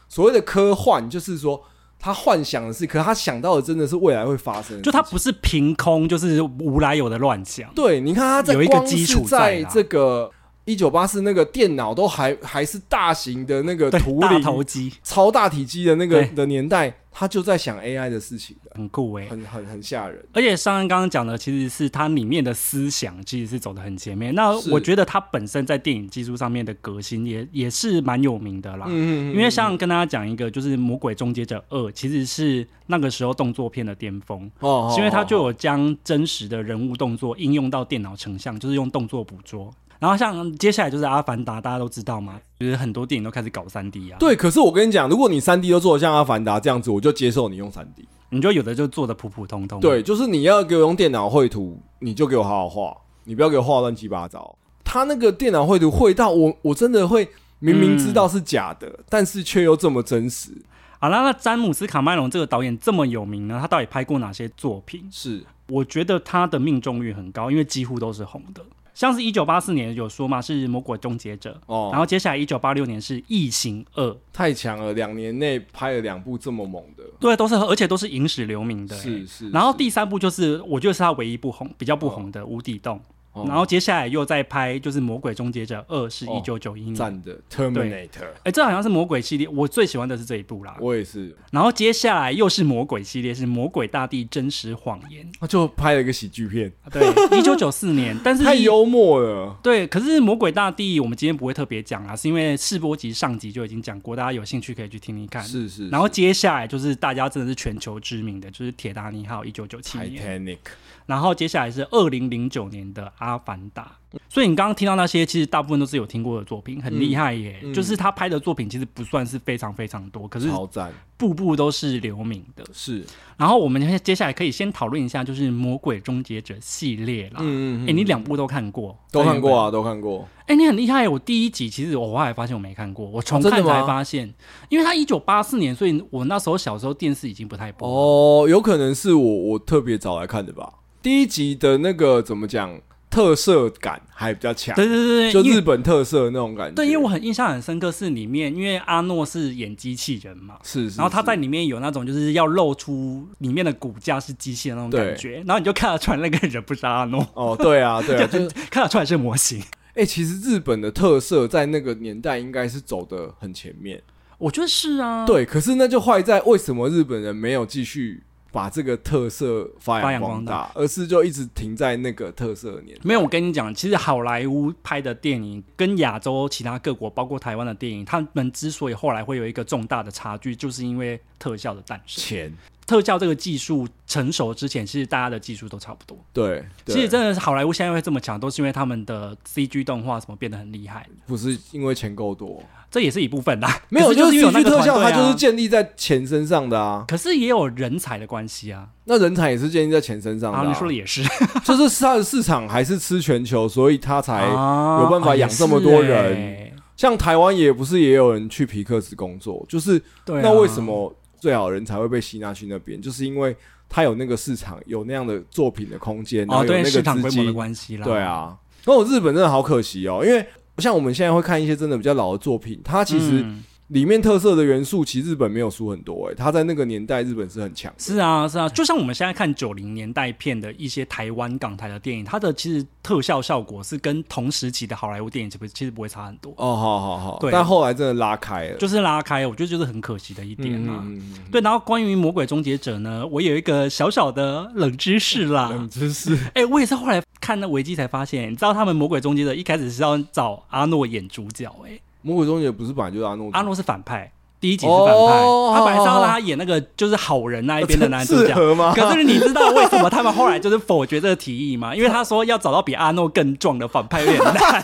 B: 所谓的科幻，就是说他幻想的是，可他想到的真的是未来会发生的事情。
A: 就它不是凭空，就是无来由的乱想。
B: 对，你看他在
A: 有一个
B: 光
A: 基
B: 是
A: 础在
B: 在
A: 啦
B: 这个一九八四那个电脑都还还是大型的那个
A: 对
B: 图，
A: 大
B: 灵
A: 头机
B: 超大体积的那个
A: 对
B: 的年代，他就在想 AI 的事情了，
A: 很酷哎、
B: 很很很吓人。
A: 而且上恩刚刚讲的，其实是它里面的思想其实是走的很前面。那
B: 是
A: 我觉得它本身在电影技术上面的革新也也是蛮有名的啦。
B: 嗯，嗯嗯
A: 因为像跟大家讲一个，就是《魔鬼终结者二》，其实是那个时候动作片的巅峰，
B: 哦，哦
A: 是因为它就
B: 哦
A: 有将真实的人物动作应用到电脑成像，就是用动作捕捉。然后像接下来就是《阿凡达》，大家都知道嘛，就是很多电影都开始搞三 D 啊，
B: 对，可是我跟你讲，如果你三 D 都做的像《阿凡达》这样子，我就接受你用三 D。
A: 你就有的就做的普普通通。
B: 对，就是你要给我用电脑绘图，你就给我好好画，你不要给我画乱七八糟。他那个电脑绘图绘到我，我真的会明明知
A: 嗯
B: 道是假的，但是却又这么真实。
A: 好啦，那詹姆斯卡麦隆这个导演这么有名呢，他到底拍过哪些作品？
B: 是，
A: 我觉得他的命中率很高，因为几乎都是红的。像是一九八四年有说嘛，是《魔鬼终结者》
B: 哦
A: 然后接下来一九八六年是《异形二》，
B: 太强了，两年内拍了两部这么猛的，
A: 对，都是而且都是影史留名的、欸
B: 是是。
A: 然后
B: 是
A: 第三部就是我觉得是他唯一不红、比较不红的《无底洞》
B: 哦
A: 然后接下来又在拍就是《魔鬼终结者二》，是一
B: 哦
A: 九九一年。
B: 赞的 Terminator，
A: 哎、这好像是魔鬼系列，我最喜欢的是这一部啦。
B: 我也是，
A: 然后接下来又是魔鬼系列，是《魔鬼大地真实谎言》。
B: 他就拍了一个喜剧片， <laughs>
A: 对，一九九四年，但是
B: 太幽默了。
A: 对，可是《魔鬼大地》我们今天不会特别讲啦，是因为试播集上集就已经讲过，大家有兴趣可以去听听看。
B: 是是，
A: 然后接下来就是大家真的是全球知名的，就是《铁达尼号》一九九七年，
B: Titanic，
A: 然后接下来是二零零九年的《阿凡达》。所以你刚刚听到那些，其实大部分都是有听过的作品，很厉害耶。
B: 嗯嗯
A: 就是他拍的作品其实不算是非常非常多，可是
B: 超赞，
A: 步步都是留名的。
B: 是，
A: 然后我们接接下来可以先讨论一下，就是《魔鬼终结者》系列啦。
B: 嗯
A: 哎、你两部都看过？
B: 都看过啊，都看过，
A: 哎、你很厉害！我第一集其实我后来发现我没看过，我重
B: 哦真的
A: 看才
B: 吗
A: 发现，因为他一九八四年，所以我那时候小时候电视已经不太播。
B: 哦，有可能是我我特别早来看的吧。第一集的那个怎么讲，特色感还比较强，
A: 对对对对，
B: 就
A: 因为
B: 日本特色那种感觉。
A: 对，因为我很印象很深刻是里面，因为阿诺是演机器人嘛。
B: 是，是
A: 然后他
B: 是
A: 在里面有那种就是要露出里面的骨架是机器的那种感
B: 对
A: 觉，然后你就看得出来那个人不是阿诺，
B: 哦，对啊，对啊，
A: <laughs>
B: 就
A: 就看得出来是模型。
B: 哎、其实日本的特色在那个年代应该是走的很前面，
A: 我觉得是啊，，
B: 对。可是那就坏在为什么日本人没有继续把这个特色发
A: 发扬
B: 扬
A: 光
B: 光大，而是就一直停在那个特色的年代。
A: 没有，我跟你讲，其实好莱坞拍的电影跟亚洲其他各国，包括台湾的电影，他们之所以后来会有一个重大的差距，就是因为特效的诞生。
B: 钱，
A: 特效这个技术成熟之前，其实大家的技术都差不多。
B: 对，对
A: 其实真的是好莱坞现在会这么强，都是因为他们的 CG 动画什么变得很厉害，
B: 不是因为钱够多，
A: 这也是一部分啦。
B: <laughs> 没有，
A: 可是就是是因为有那
B: CG
A: 个
B: 特效，它
A: 团队啊
B: 就是建立在钱身上的啊。
A: 可是也有人才的关系啊。
B: 那人才也是建立在钱身上的、啊
A: 然啊后你说的也
B: <laughs>
A: 是，
B: 就是它的市场还是吃全球，所以它才、
A: <laughs> 啊
B: 有办法养这么多人
A: 啊也是欸
B: 像台湾也不是也有人去皮克斯工作，就是
A: 对啊，
B: 那为什么最好的人才会被吸纳去那边？就是因为他有那个市场，有那样的作品的空间，
A: 哦，
B: 然后有
A: 对
B: 那
A: 市
B: 个
A: 场
B: 资
A: 规模
B: 金。
A: 的关系啦。
B: 对，啊，那我日本真的好可惜哦，因为像我们现在会看一些真的比较老的作品，它其实
A: 嗯
B: 里面特色的元素，其实日本没有输很多、欸。它在那个年代，日本是很强的。
A: 是啊，是啊，就像我们现在看九零年代片的一些台湾、港台的电影，它的其实特效效果是跟同时期的好莱坞电影其实其实不会差很多，
B: 哦，好好好
A: 对，
B: 但后来真的拉开了，
A: 就是拉开，我觉得就是很可惜的一点啊。
B: 嗯嗯嗯
A: 对，然后关于《魔鬼终结者》呢，我有一个小小的冷知识啦
B: 嗯冷。知识，
A: 哎、我也是后来看那维基才发现，你知道他们《魔鬼终结者》一开始是要找阿诺演主角、哎，
B: 魔鬼终结不是本来就是阿诺，
A: 阿诺是反派，第一集是反派，
B: 哦
A: 他本来是要让他演那个就是好人那一边的男主
B: 适
A: 角，
B: 合吗？
A: <laughs> 可是你知道为什么他们后来就是否决这个提议吗？因为他说要找到比阿诺更壮的反派有点
B: <laughs>
A: 难，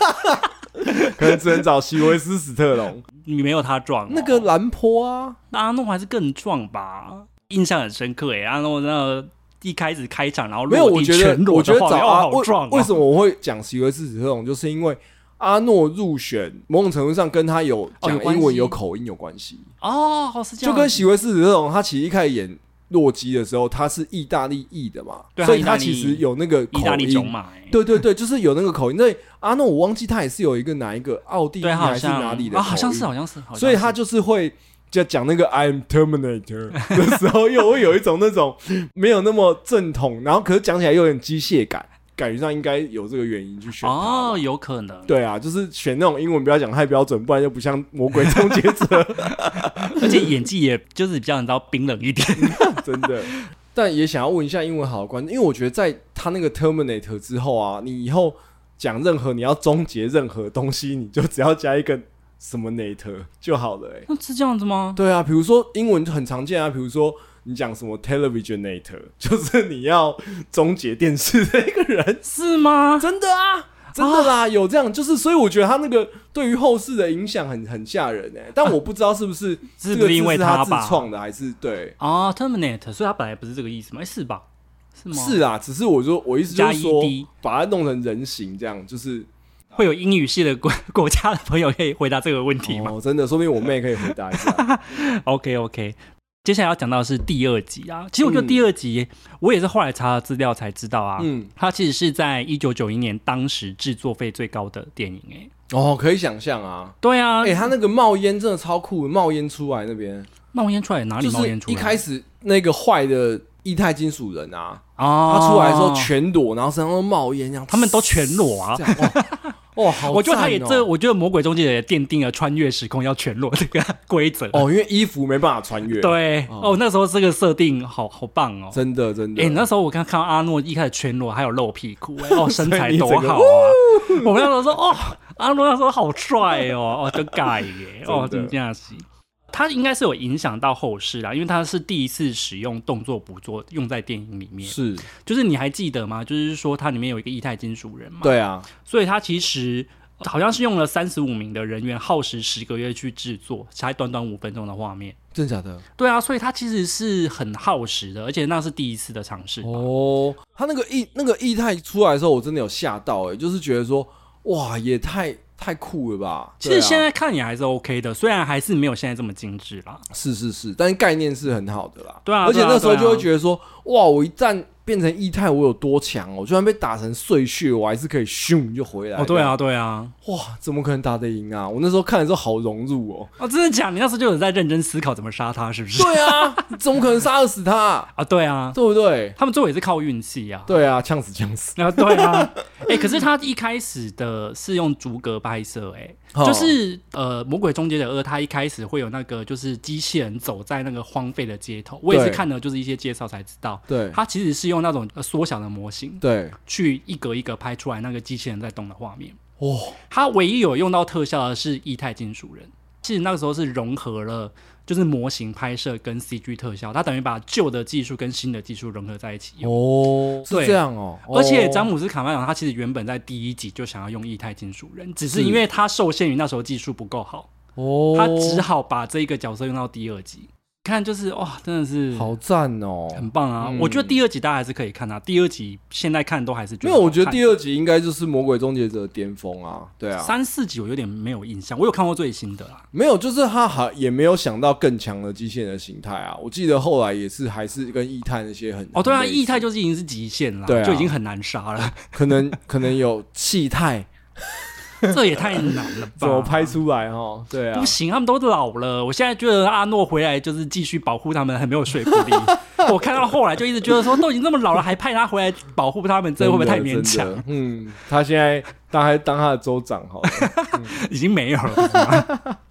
B: 可能只能找席维斯·史特龙，
A: 你没有他壮哦、
B: 那个兰坡啊，
A: 那阿诺还是更壮吧？印象很深刻诶、阿诺那一开始开场然后
B: 没有，
A: 落
B: 我
A: 地
B: 觉得
A: 全裸
B: 我觉
A: 的
B: 得
A: 画
B: 找
A: 面，哦
B: 阿
A: 好壮、哦
B: 为为什么我会讲席维斯子这种，就是因为阿诺入选，某种程度上跟他有
A: 哦有
B: 讲
A: 关
B: 英文
A: 系
B: 有口音有关系，
A: 哦，好是这
B: 就
A: 样，
B: 跟席维斯子这种，他其实一开始演洛基的时候，他是意大利裔的嘛，
A: 对
B: 所以
A: 他
B: 他
A: 意大利
B: 其实有那个口
A: 意大利种
B: 音。
A: 马、欸，
B: 对对对，就是有那个口音。那阿诺，我忘记他也是有一个哪一个奥地利
A: 对，他好
B: 还是
A: 像
B: 哪里的
A: 啊，
B: 口
A: 好像是
B: 音
A: 好像是，好像
B: 所以他
A: 是
B: 就是会就讲那个 I'm Terminator 的时候，又会有一种那种没有那么正统，然后可是讲起来又有点机械感，感觉上应该有这个原因去选他吧。
A: 哦，有可能，
B: 对啊，就是选那种英文不要讲太标准，不然就不像魔鬼终结者，
A: 而且演技也就是比较你知道冰冷一点，
B: <laughs> 真的。但也想要问一下英文好的观众，因为我觉得在他那个 Terminator 之后啊，你以后讲任何你要终结任何东西，你就只要加一个什么 Nator 就好了、欸。
A: 那是这样子吗？
B: 对啊，比如说英文就很常见啊，比如说你讲什么 televisionator，就是 <laughs> 你要终结电视的
A: <laughs>
B: 一个人，
A: 是吗？
B: 真的啊，真的啦，有这样，就是所以我觉得他那个对于后世的影响很很吓人哎、但我不知道是不是
A: 啊是
B: 这
A: 不
B: 个
A: 是因为
B: 字是他自
A: 吧？
B: 创的，还是对。
A: 哦 t e r m i n a t e 所以它本来不是这个意思吗？诶是吧？是吗？
B: 是啊，只是我说，我意思就是说
A: 加 ED，
B: 把它弄成人形这样，就是
A: 会有英语系的国 <laughs> 国家的朋友可以回答这个问题吗、
B: 哦，真的，说不定我妹可以回答一下。
A: o k OK，接下来要讲到的是第二集啊。其实我觉得
B: 嗯
A: 第二集、我也是后来查了资料才知道啊，
B: 嗯，
A: 它其实是在一九九一年当时制作费最高的电影诶、
B: 哦，可以想象啊，
A: 对啊，
B: 哎、他那个冒烟真的超酷，冒烟出来那边，
A: 冒烟出来哪里
B: 就是
A: 啊冒烟出来？
B: 一开始那个坏的液态金属人啊，
A: 哦，
B: 他出来的时候全裸，然后身上都冒烟，这样
A: 他们都全裸啊
B: 这。样
A: <laughs>
B: 哇，哇好赞哦！
A: 我觉得他也这，我觉得《魔鬼终结者》也奠定了穿越时空要全裸这个规则。
B: 哦，因为衣服没办法穿越，，
A: 对，哦，那时候这个设定好好棒哦。
B: 真的真的。
A: 哎、那时候我刚看到阿诺一开始全裸，还有露屁股、哎，
B: <laughs>
A: 哦，身
B: 所以
A: 材
B: 你
A: 多
B: 整个
A: 好啊！我们那时候说，哦，阿诺那时候好帅哦，哦，就盖
B: <laughs>
A: 耶，哦，
B: 真的
A: 真这样子。他应该是有影响到后世啦，因为他是第一次使用动作捕捉用在电影里面。
B: 是
A: 就是你还记得吗？就是说它里面有一个液态金属人嘛，
B: 对啊，
A: 所以它其实好像是用了三十五名的人员，耗时十个月去制作，才短短五分钟的画面。
B: 真假的
A: 对啊，所以它其实是很耗时的，而且那是第一次的尝试。
B: 哦。他那个液那个液态出来的时候，我真的有吓到，哎，就是觉得说，哇，也太太酷了吧。
A: 其实
B: 对啊
A: 现在看也还是 OK 的，虽然还是没有现在这么精致啦。
B: 是是是，但是概念是很好的啦。
A: 对啊
B: 而且
A: 对啊
B: 那时候
A: 对啊
B: 就会觉得说，哇，我一旦变成液态，我有多强哦！我就算被打成碎屑，我还是可以咻就回来。
A: 哦，对，啊，对啊，
B: 哇，怎么可能打得赢啊？我那时候看的时候好融入
A: <laughs>
B: 哦。
A: 哦，真的假的？你那时候就有在认真思考怎么杀他，是不是？
B: 对啊，怎么可能杀得死他、啊？
A: 啊，对啊，
B: 对不对？
A: 他们最后也是靠运气啊。
B: 对啊，呛死呛死。
A: 啊，对啊， <laughs> 哎、可是他一开始的是用逐格拍摄、哎，
B: 哦
A: 就是呃，《魔鬼终结者二》，它一开始会有那个就是机器人走在那个荒废的街头，我也是
B: 对
A: 看了就是一些介绍才知道，
B: 对
A: 它其实是用那种呃缩小的模型
B: 对，
A: 去一格一格拍出来那个机器人在动的画面。
B: 哇，
A: 它唯一有用到特效的是液态金属人，其实那个时候是融合了就是模型拍摄跟 CG 特效，它等于把旧的技术跟新的技术融合在一起用。
B: 哦，是
A: 对
B: 这样哦。
A: 而且詹
B: 姆
A: 姆斯卡麦隆他其实原本在第一集就想要用液态金属人，只是
B: 是
A: 因为他受限于那时候技术不够好，
B: 哦，
A: 他只好把这一个角色用到第二集。看，就是哇，真的是
B: 好赞哦。
A: 很棒啊！
B: 嗯
A: 我觉得第二集大家还是可以看啊，第二集现在看都还是觉
B: 没
A: 得
B: 有，我觉得
A: 好看
B: 第二集应该就是《魔鬼终结者》的巅峰啊。对啊，
A: 三四集我有点没有印象，我有看过最新的啦。
B: 没有，就是他还也没有想到更强的机器人的形态啊。我记得后来也是还是跟异态那些很
A: 哦，对啊，
B: 很类似
A: 液态就是已经是极限了，
B: 对啊
A: 就已经很难杀了， <laughs>
B: 可能可能有气态，
A: 这也太难了吧？
B: 怎么拍出来哈？对啊
A: 不，行，他们都老了。我现在觉得阿诺回来就是继续保护他们，很没有说服力。
B: <laughs>
A: 我看到后来就一直觉得说，都已经这么老了，还派他回来保护他们，这会不会太勉
B: 真的
A: 强？？
B: 真的嗯，他现在当还当他的州长
A: <laughs>
B: 好了。
A: 已经没有了。是吗 <laughs>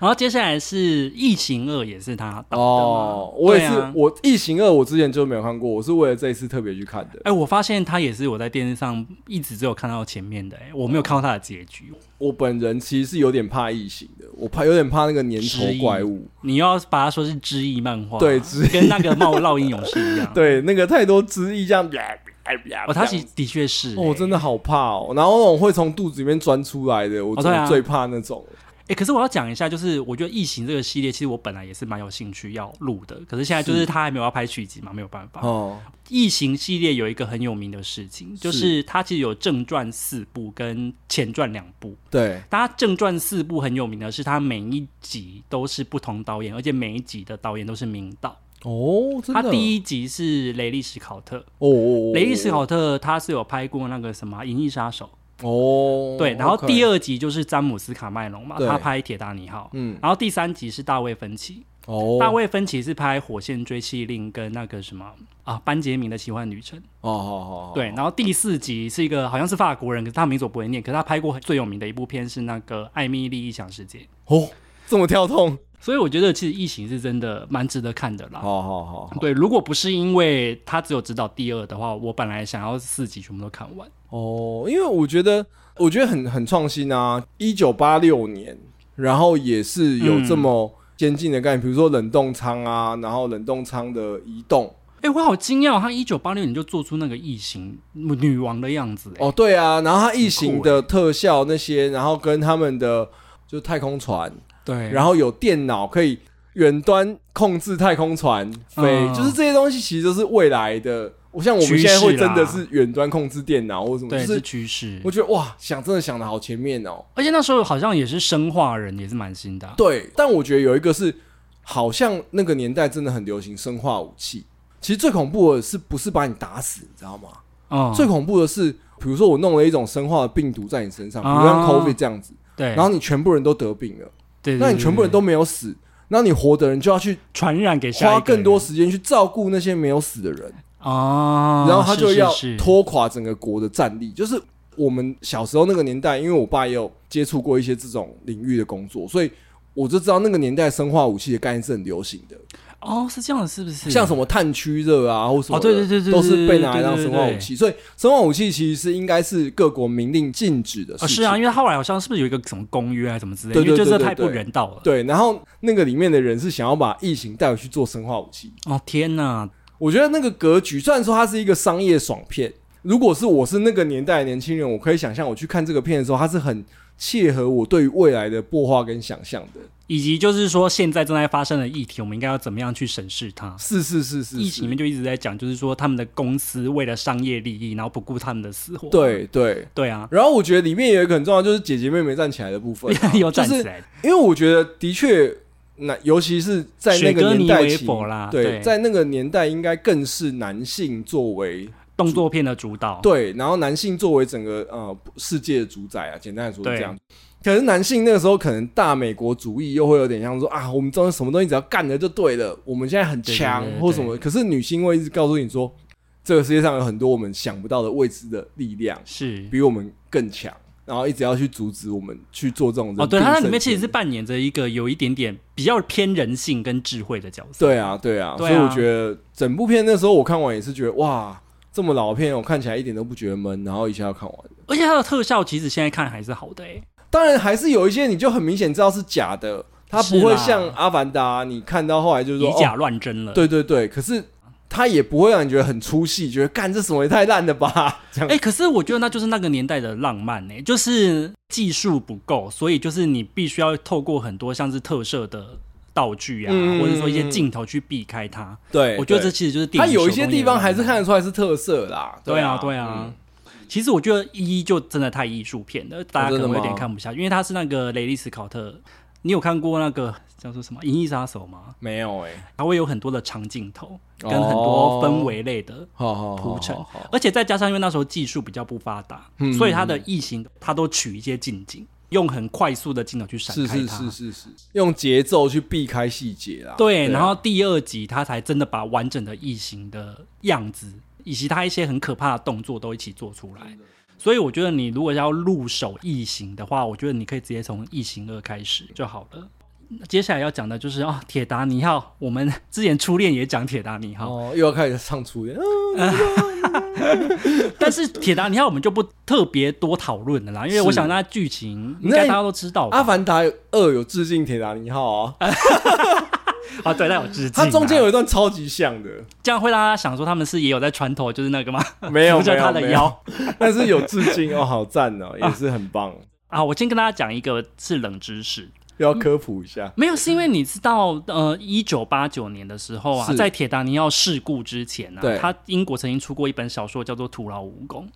A: 然后接下来是《异形二》，也是他导的嘛
B: 哦，我也是
A: 对啊，
B: 我《异形二》我之前就没有看过，我是为了这一次特别去看的。
A: 哎、我发现他也是我在电视上一直只有看到前面的、哎，我没有看到他的结局。
B: 我本人其实是有点怕异形的，我怕有点怕那个粘
A: 之翼
B: 稠怪物。
A: 你要把它说是知意漫画，
B: 对知意
A: 跟那个冒烙印勇士一样。，
B: <laughs> 对，那个太多汁液这样， <laughs> 哎呀
A: 哦，他其实的确是、
B: 哦，我
A: 哎
B: 真的好怕哦！然后那种会从肚子里面钻出来的，我
A: 哦
B: 真
A: 对啊
B: 的最怕那种。
A: 哎、可是我要讲一下，就是我觉得《异形》这个系列，其实我本来也是蛮有兴趣要录的，可是现在就是
B: 是
A: 他还没有要拍续集嘛，没有办法。
B: 哦，
A: 异形系列有一个很有名的事情，就是它其实有正传四部跟前传两部。
B: 对，
A: 它正传四部很有名的是，它每一集都是不同导演，而且每一集的导演都是名导。
B: 哦，真
A: 它
B: 的，
A: 第
B: 一，
A: 一集是雷利·史考特，
B: 哦哦，
A: 雷利·史考特他是有拍过那个什么《银翼杀手》
B: 哦，
A: 对，然后第
B: 二，
A: 二集就是詹姆斯·卡麦隆嘛，
B: 对
A: 他拍《铁达尼号》。
B: 嗯，
A: 然后第三集是大卫芬奇，
B: 哦，
A: 大，卫芬奇是拍《火线追缉令》跟那个什么啊《班杰明的奇幻旅程》，
B: 哦，好好，好
A: 对，，然后第四集是一个好像是法国人，可是他名字我不会念，可是他拍过最有名的一部片是那个《艾米丽异想世界》，
B: 哦，这么跳痛，
A: 所以我觉得其实《异形》是真的蛮值得看的啦。
B: 好好好，好
A: 对，如果不是因为他只有指导第二的话，我本来想要四集全部都看完。
B: 哦，因为我觉得，我觉得很很创新啊！一九八六年，然后也是有
A: 嗯
B: 这么先进的概念，比如说冷冻舱啊，然后冷冻舱的移动。
A: 哎，我好惊讶哦，他一九八六年就做出那个异形女王的样子，哎，
B: 哦，对啊，然后它异
A: 很
B: 形
A: 酷欸
B: 的特效那些，然后跟他们的就是太空船，
A: 对，
B: 然
A: 后
B: 后有电脑可以远端控制太空船飞，
A: 嗯
B: 就是这些东西其实都是未来的。我像我
A: 趋
B: 们
A: 势
B: 现在会真的
A: 啦
B: 是远端控制电脑或什么，
A: 对
B: 就是是
A: 趋势
B: 我，觉得哇，想真的想的好前面哦。
A: 而且那时候好像也是生化人，也是蛮新的啊，
B: 对，但我觉得有一个是，好像那个年代真的很流行生化武器。其实最恐怖的是不是把你打死，你知道吗？
A: 嗯，
B: 最恐怖的是，比如说我弄了一种生化的病毒在你身上，比如像
A: 啊
B: COVID 这样子，
A: 对，
B: 然后你全部人都得病了，
A: 哎对，对
B: 那你全部人
A: 对
B: 都没有死，那你活的人就要去
A: 对传染给下一
B: 花
A: 个人
B: 更多时间去照顾那些没有死的人，
A: 哦，
B: 然后他
A: 是
B: 就是要
A: 是
B: 拖垮整个国的战力。就是我们小时候那个年代，因为我爸也有接触过一些这种领域的工作，所以我就知道那个年代生化武器的概念是很流行的。
A: 哦，是这样，是不是？
B: 像什么碳驱热啊，或什么的，
A: 哦对对对对
B: 都是被拿来当
A: 对对对
B: 生化武器。所以生化武器其实是应该是各国明令禁止的
A: 哦，
B: 事
A: 是
B: 情。
A: 啊，因为他后来好像是不是有一个什么公约啊，什么之类的，
B: 对
A: 因为
B: 对
A: 就
B: 对
A: 是
B: 对
A: 太不
B: 对
A: 人道了。
B: 对，然后那个里面的人是想要把异形带回去做生化武器。
A: 哦天哪，
B: 我觉得那个格局，虽然说它是一个商业爽片，如果是我是那个年代的年轻人，我可以想象我去看这个片的时候，它是很切合我对于未来的擘画跟想象的。
A: 以及就是说现在正在发生的议题，我们应该要怎么样去审视它？
B: 是是是是
A: 疫
B: 是
A: 情里面就一直在讲，就是说他们的公司为了商业利益，然后不顾他们的死活。
B: 对对。
A: 对啊，
B: 然后我觉得里面有一个很重要，就是姐姐妹妹站起来的部分
A: <laughs>
B: 啊、
A: 又站
B: 就
A: 起
B: 是
A: 来，
B: 因为我觉得的确，那尤其是在那个年代
A: 雪歌妮
B: 起
A: 维佛啦对
B: 对，在那个年代应该更是男性作为
A: 动作片的主导。
B: 对，然后男性作为整个呃世界的主宰啊，简单来说是
A: 对
B: 这样。可是男性那个时候可能大美国主义又会有点像说啊，我们中什么东西只要干了就对了，我们现在很
A: 对对
B: 强
A: 对对
B: 或什么。可是女性会一直告诉你说，这个世界上有很多我们想不到的未知的力量，
A: 是
B: 比我们更强，然后一直要去阻止我们去做这种人
A: 哦，对，
B: 定
A: 他那里
B: 胜
A: 面其实
B: 天
A: 是扮演着一个有一点点比较偏人性跟智慧的角色。
B: 对啊，对啊，
A: 对啊
B: 所以我觉得整部片那时候我看完也是觉得哇，这么老的片我看起来一点都不觉得闷，然后一下就看完了。
A: 而且它的特效其实现在看还是好的欸诶、
B: 当然还是有一些你就很明显知道是假的，它不
A: 是
B: 会
A: 啦
B: 像《阿凡达》，你看到后来就是说
A: 以假
B: 哦，
A: 乱真了。
B: 对对对，可是它也不会让你觉得很出戏，觉得干这什么也太烂
A: <laughs>
B: 了吧这样。
A: 哎、可是我觉得那就是那个年代的浪漫呢、就是技术不够，所以就是你必须要透过很多像是特摄的道具啊，
B: 嗯
A: 或者说一些镜头去避开它。
B: <laughs> 对，
A: 哎我觉得这
B: 对
A: 其实就是电
B: 它
A: 影
B: 有一
A: 手
B: 些
A: 工业
B: 地
A: 的
B: 方还
A: 浪
B: 是
A: 漫
B: 看得出来是特色啦。
A: 对啊
B: 啊，
A: 对啊
B: 嗯，
A: 其实我觉得一就真的太艺术片了，大家可
B: 哦真的
A: 能有
B: 吗
A: 点看不下去，因为他是那个雷利斯考特。你有看过那个叫做什么《银翼杀手》吗？
B: 没有哎，
A: 它会有很多的长镜头，跟很多氛围类的
B: 好好好
A: 铺陈
B: 哦好好好
A: 而且再加上因为那时候技术比较不发达，
B: 嗯
A: 所以它的异形它都取一些近景，用很快速的镜头去闪
B: 是
A: 开
B: 是
A: 它。
B: 是是是，用节奏去避开细节啦。
A: 对，
B: 啊
A: 然后第二集它才真的把完整的异形的样子，以及它一些很可怕的动作都一起做出来。所以我觉得你如果要入手异形的话，我觉得你可以直接从异形二开始就好了。接下来要讲的就是哦，铁达尼号。我们之前初恋也讲铁达尼号，
B: 哦，又要开始唱初恋，啊
A: <laughs> 但是铁达尼号我们就不特别多讨论了啦，因为
B: 是
A: 我想那剧情应
B: 那
A: 该
B: 你啊
A: 大家都知道吧。
B: 阿凡达二》有致敬《铁达尼号》啊，
A: 啊，对，那有致敬啊。
B: 它中间有一段超级像的，
A: 这样会让大家想说他们是也有在穿 <laughs> 透，就是那个吗？
B: 没有
A: 扶
B: 没
A: 着
B: 有 <laughs>
A: 他的
B: 没有，
A: 腰。 <laughs>
B: 但是有致敬哦，好赞哦，也是很棒。
A: 啊，我先跟大家讲一个是冷知识，
B: 要科普一下。
A: 没有是因为你知道，呃，一九八九年的时候啊，
B: 是
A: 在铁达尼号事故之前呢、
B: 对
A: 啊，他英国曾经出过一本小说叫做《徒劳无功》，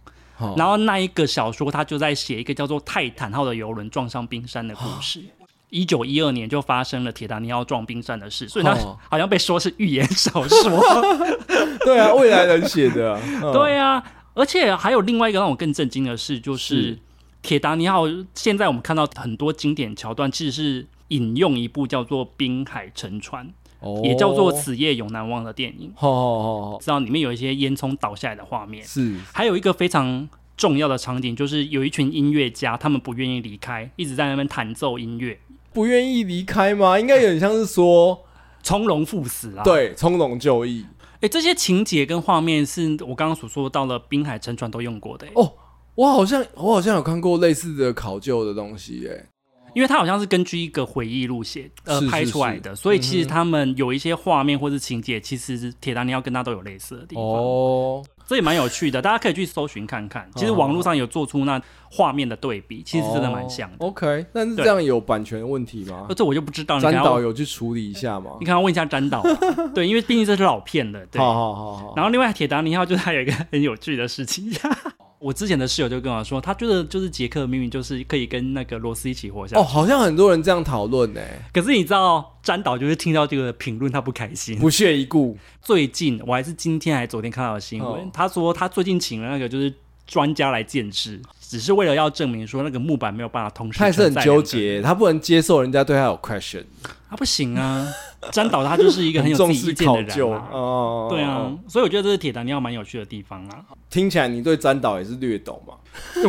B: 哦
A: 然后那一个小说他就在写一个叫做泰坦号的游轮撞上冰山的故事。
B: 哦
A: 一九一二年就发生了铁达尼号撞冰山的事，所以它
B: 哦
A: <laughs> 好像被说是寓言小
B: <laughs>
A: 说。
B: 对啊，未来人写的啊、嗯
A: 对啊，而且还有另外一个让我更震惊的事，就是是铁达尼号。现在我们看到很多经典桥段，其实是引用一部叫做《滨海沉船》，<laughs>
B: 哦
A: 也叫做《此夜永难忘》的电影，
B: 好好好好，
A: 知道里面有一些烟囱倒下来的画面，
B: 是
A: 还有一个非常。重要的场景就是有一群音乐家，他们不愿意离开，一直在那边弹奏音乐，
B: 不愿意离开吗？应该有点像是说，
A: 从容赴死啊！，
B: 对，从容就义。
A: 哎、这些情节跟画面是我刚刚所说到的《滨海沉船》都用过的、诶欸
B: 哦，我好像我好像有看过类似的考究的东西、欸，
A: 因为它好像是根据一个回忆录写呃
B: 是是嗯
A: 拍出来的，所以其实他们有一些画面或是情节，其实是铁达尼号跟它都有类似的地方，
B: 哦，
A: 这也蛮有趣的，大家可以去搜寻看看。其实网络上有做出那画面的对比，其实真的蛮像的。
B: 哦 OK，但是
A: 对
B: 这样有版权问题吗
A: 呃？这我就不知道，你可
B: 詹
A: 能要
B: 导有去处理一下吗
A: 你？可能要问一下詹
B: <laughs>
A: 导啊，对，因为毕竟这是老片了，对。
B: 好好好好，
A: 然后另外铁达尼号就是还有一个很有趣的事情， <laughs> 我之前的室友就跟我说，他觉得就是杰克明明就是可以跟那个罗斯一起活下来，
B: 哦，好像很多人这样讨论呢，
A: 可是你知道詹导就是听到这个评论他不开心，
B: 不屑一顾。
A: 最近我还是今天还昨天看到的新闻，
B: 哦
A: 他说他最近请了那个就是专家来鉴识，只是为了要证明说那个木板没有办法同时。
B: 他也是很纠，结，他不能接受人家对他有 question，
A: 啊不行啊， <laughs> 詹导他就是一个很有
B: 重
A: 自己
B: 视
A: 意见
B: 考
A: 的
B: 究
A: 人、
B: 哦
A: 啊。
B: 哦。哦
A: 对啊，，所以我觉得这是铁达尼号蛮有趣的地方
B: <laughs>
A: 啊。
B: 听起来你对詹导也是略懂嘛？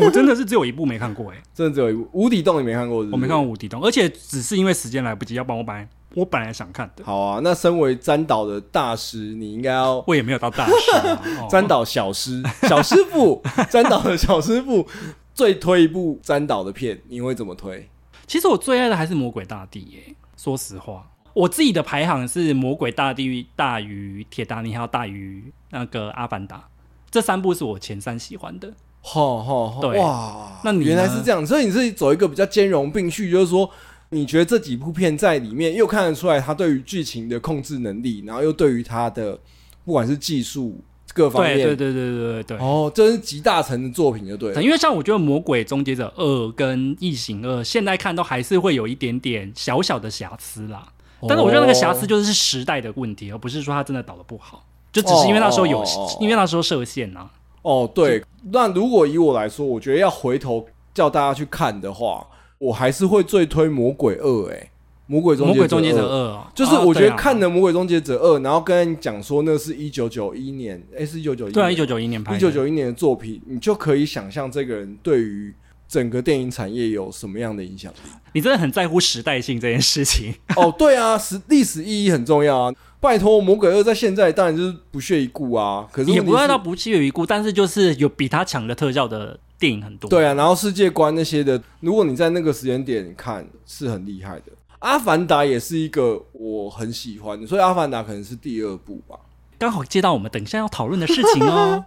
A: 我真的是只有一部没看过哎、
B: 真的只有一部《无底洞》，你没看过是不是
A: 我没看过《无底洞》，而且只是因为时间来不及，要不然我本来我本来想看的，
B: 好啊，那身为詹导的大师，你应该要
A: 我也没有到大师、啊。哦
B: 詹导小
A: <laughs>
B: 师、小师傅，詹导的小师傅最推一部詹导的片，你会怎么推？
A: 其实我最爱的还是《魔鬼大地》耶。说实话，我自己的排行是《魔鬼大地》大于《铁达尼号》大于那个《阿凡达》，这三部是我前三喜欢的。
B: 吼吼吼！
A: 对
B: 哇，
A: 那你呢
B: 原来是这样，所以你是走一个比较兼容并蓄，就是说，你觉得这几部片在里面又看得出来他对于剧情的控制能力，然后又对于他的不管是技术各方面，
A: 对对对对对对对。
B: 哦，这是集大成的作品就对了。
A: 因为像我觉得《魔鬼终结者二》跟《异形二》，现在看都还是会有一点点小小的瑕疵啦。
B: 哦
A: 但是我觉得那个瑕疵就是时代的问题，而不是说它真的导的不好，就只是因为那时候有，
B: 哦哦哦哦
A: 因为那时候设限啊。
B: 哦，对，那如果以我来说，我觉得要回头叫大家去看的话，我还是会最推《魔鬼二》哎，《魔鬼
A: 《
B: 终
A: 魔
B: 结
A: 鬼终结者
B: 二》。
A: 二哦》
B: 就是我觉得看
A: 的
B: 了《魔鬼终结者二》，然后跟你讲说那是一九九一年，哎、是一九九一
A: 对啊，一九九一年拍的，
B: 一九九一年的作品，你就可以想象这个人对于整个电影产业有什么样的
A: <laughs>
B: 影响力。
A: 你真的很在乎时代性这件事情。
B: 哦，对啊，史历史意义很重要啊！拜托，《魔鬼二》在现在当然就是不屑一顾啊，可是
A: 也不
B: 问题
A: 会
B: 是
A: 到不屑一顾，但是就是有比他强的特效的电影很多。
B: 对啊，然后世界观那些的，如果你在那个时间点看，是很厉害的。《阿凡达》也是一个我很喜欢的，所以《阿凡达》可能是第二部吧。
A: 刚好接到我们等一下要讨论的事情
B: <laughs>
A: 哦，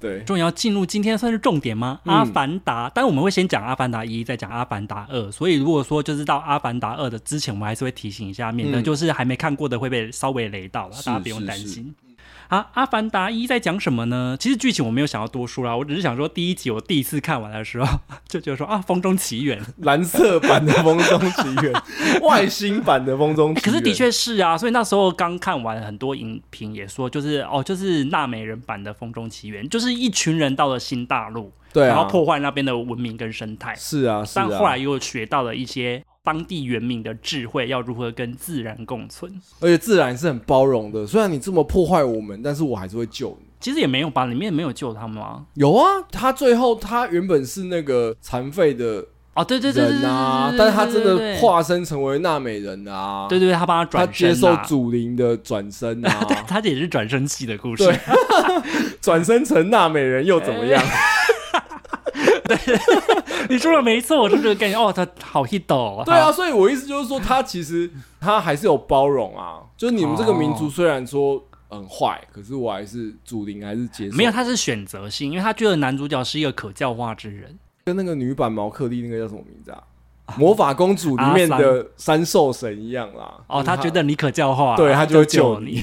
B: 对，
A: 终于要进入今天算是重点吗？
B: 嗯
A: 阿凡达，但我们会先讲阿凡达一，再讲阿凡达二，所以如果说就是到阿凡达二的之前，我们还是会提醒一下，免得
B: 嗯
A: 就是还没看过的会被稍微雷到了，
B: 是
A: 大家不用担
B: 是
A: 心。啊，阿凡达一在讲什么呢？其实剧情我没有想要多说啦，我只是想说第一集我第一次看完的时候 <laughs> 就觉得说啊，风中奇缘，
B: 蓝色版的《风中奇缘》，外星版的《风中奇
A: 欸
B: 缘》
A: 可是的确是啊，所以那时候刚看完，很多影评也说，就是哦，就是纳美人版的《风中奇缘》，就是一群人到了新大陆，
B: 对
A: 然
B: 啊
A: 后，破坏那边的文明跟生态，
B: 是啊，是啊。
A: 但后来又学到了一些当地原民的智慧，要如何跟自然共存。
B: 而且自然是很包容的，虽然你这么破坏我们，但是我还是会救你。
A: 其实也没有吧，里面没有救他们啊。
B: 有啊，他最后他原本是那个残废的
A: 哦，对对对对
B: 人
A: 对
B: 啊，
A: 对
B: 但是他真的
A: 对
B: 化身成为纳美人啊，
A: 对对对，他帮他
B: 他
A: 转身、
B: 接
A: 啊，
B: 受祖灵的转身
A: 对，
B: 啊，
A: 他这也是转身系的故事。
B: 对，转身成纳美人又怎么样？
A: <laughs> 你说的没错，我是这个感觉。哦，他好 hit 哦。
B: <laughs> 对啊，所以我意思就是说，他其实 <laughs> 他还是有包容啊，就是你们这个民族
A: 哦
B: 虽然说很坏，可是我还是祖灵还是接受，
A: 没有，他是选择性，因为他觉得男主角是一个可教化之人。
B: 跟那个女版毛克利那个叫什么名字啊？魔法公主里面
A: 阿
B: 的三兽神一样啦。
A: 哦，他
B: 就是
A: 觉得你可教化，
B: 嗯对他就
A: 就
B: 会救
A: 你；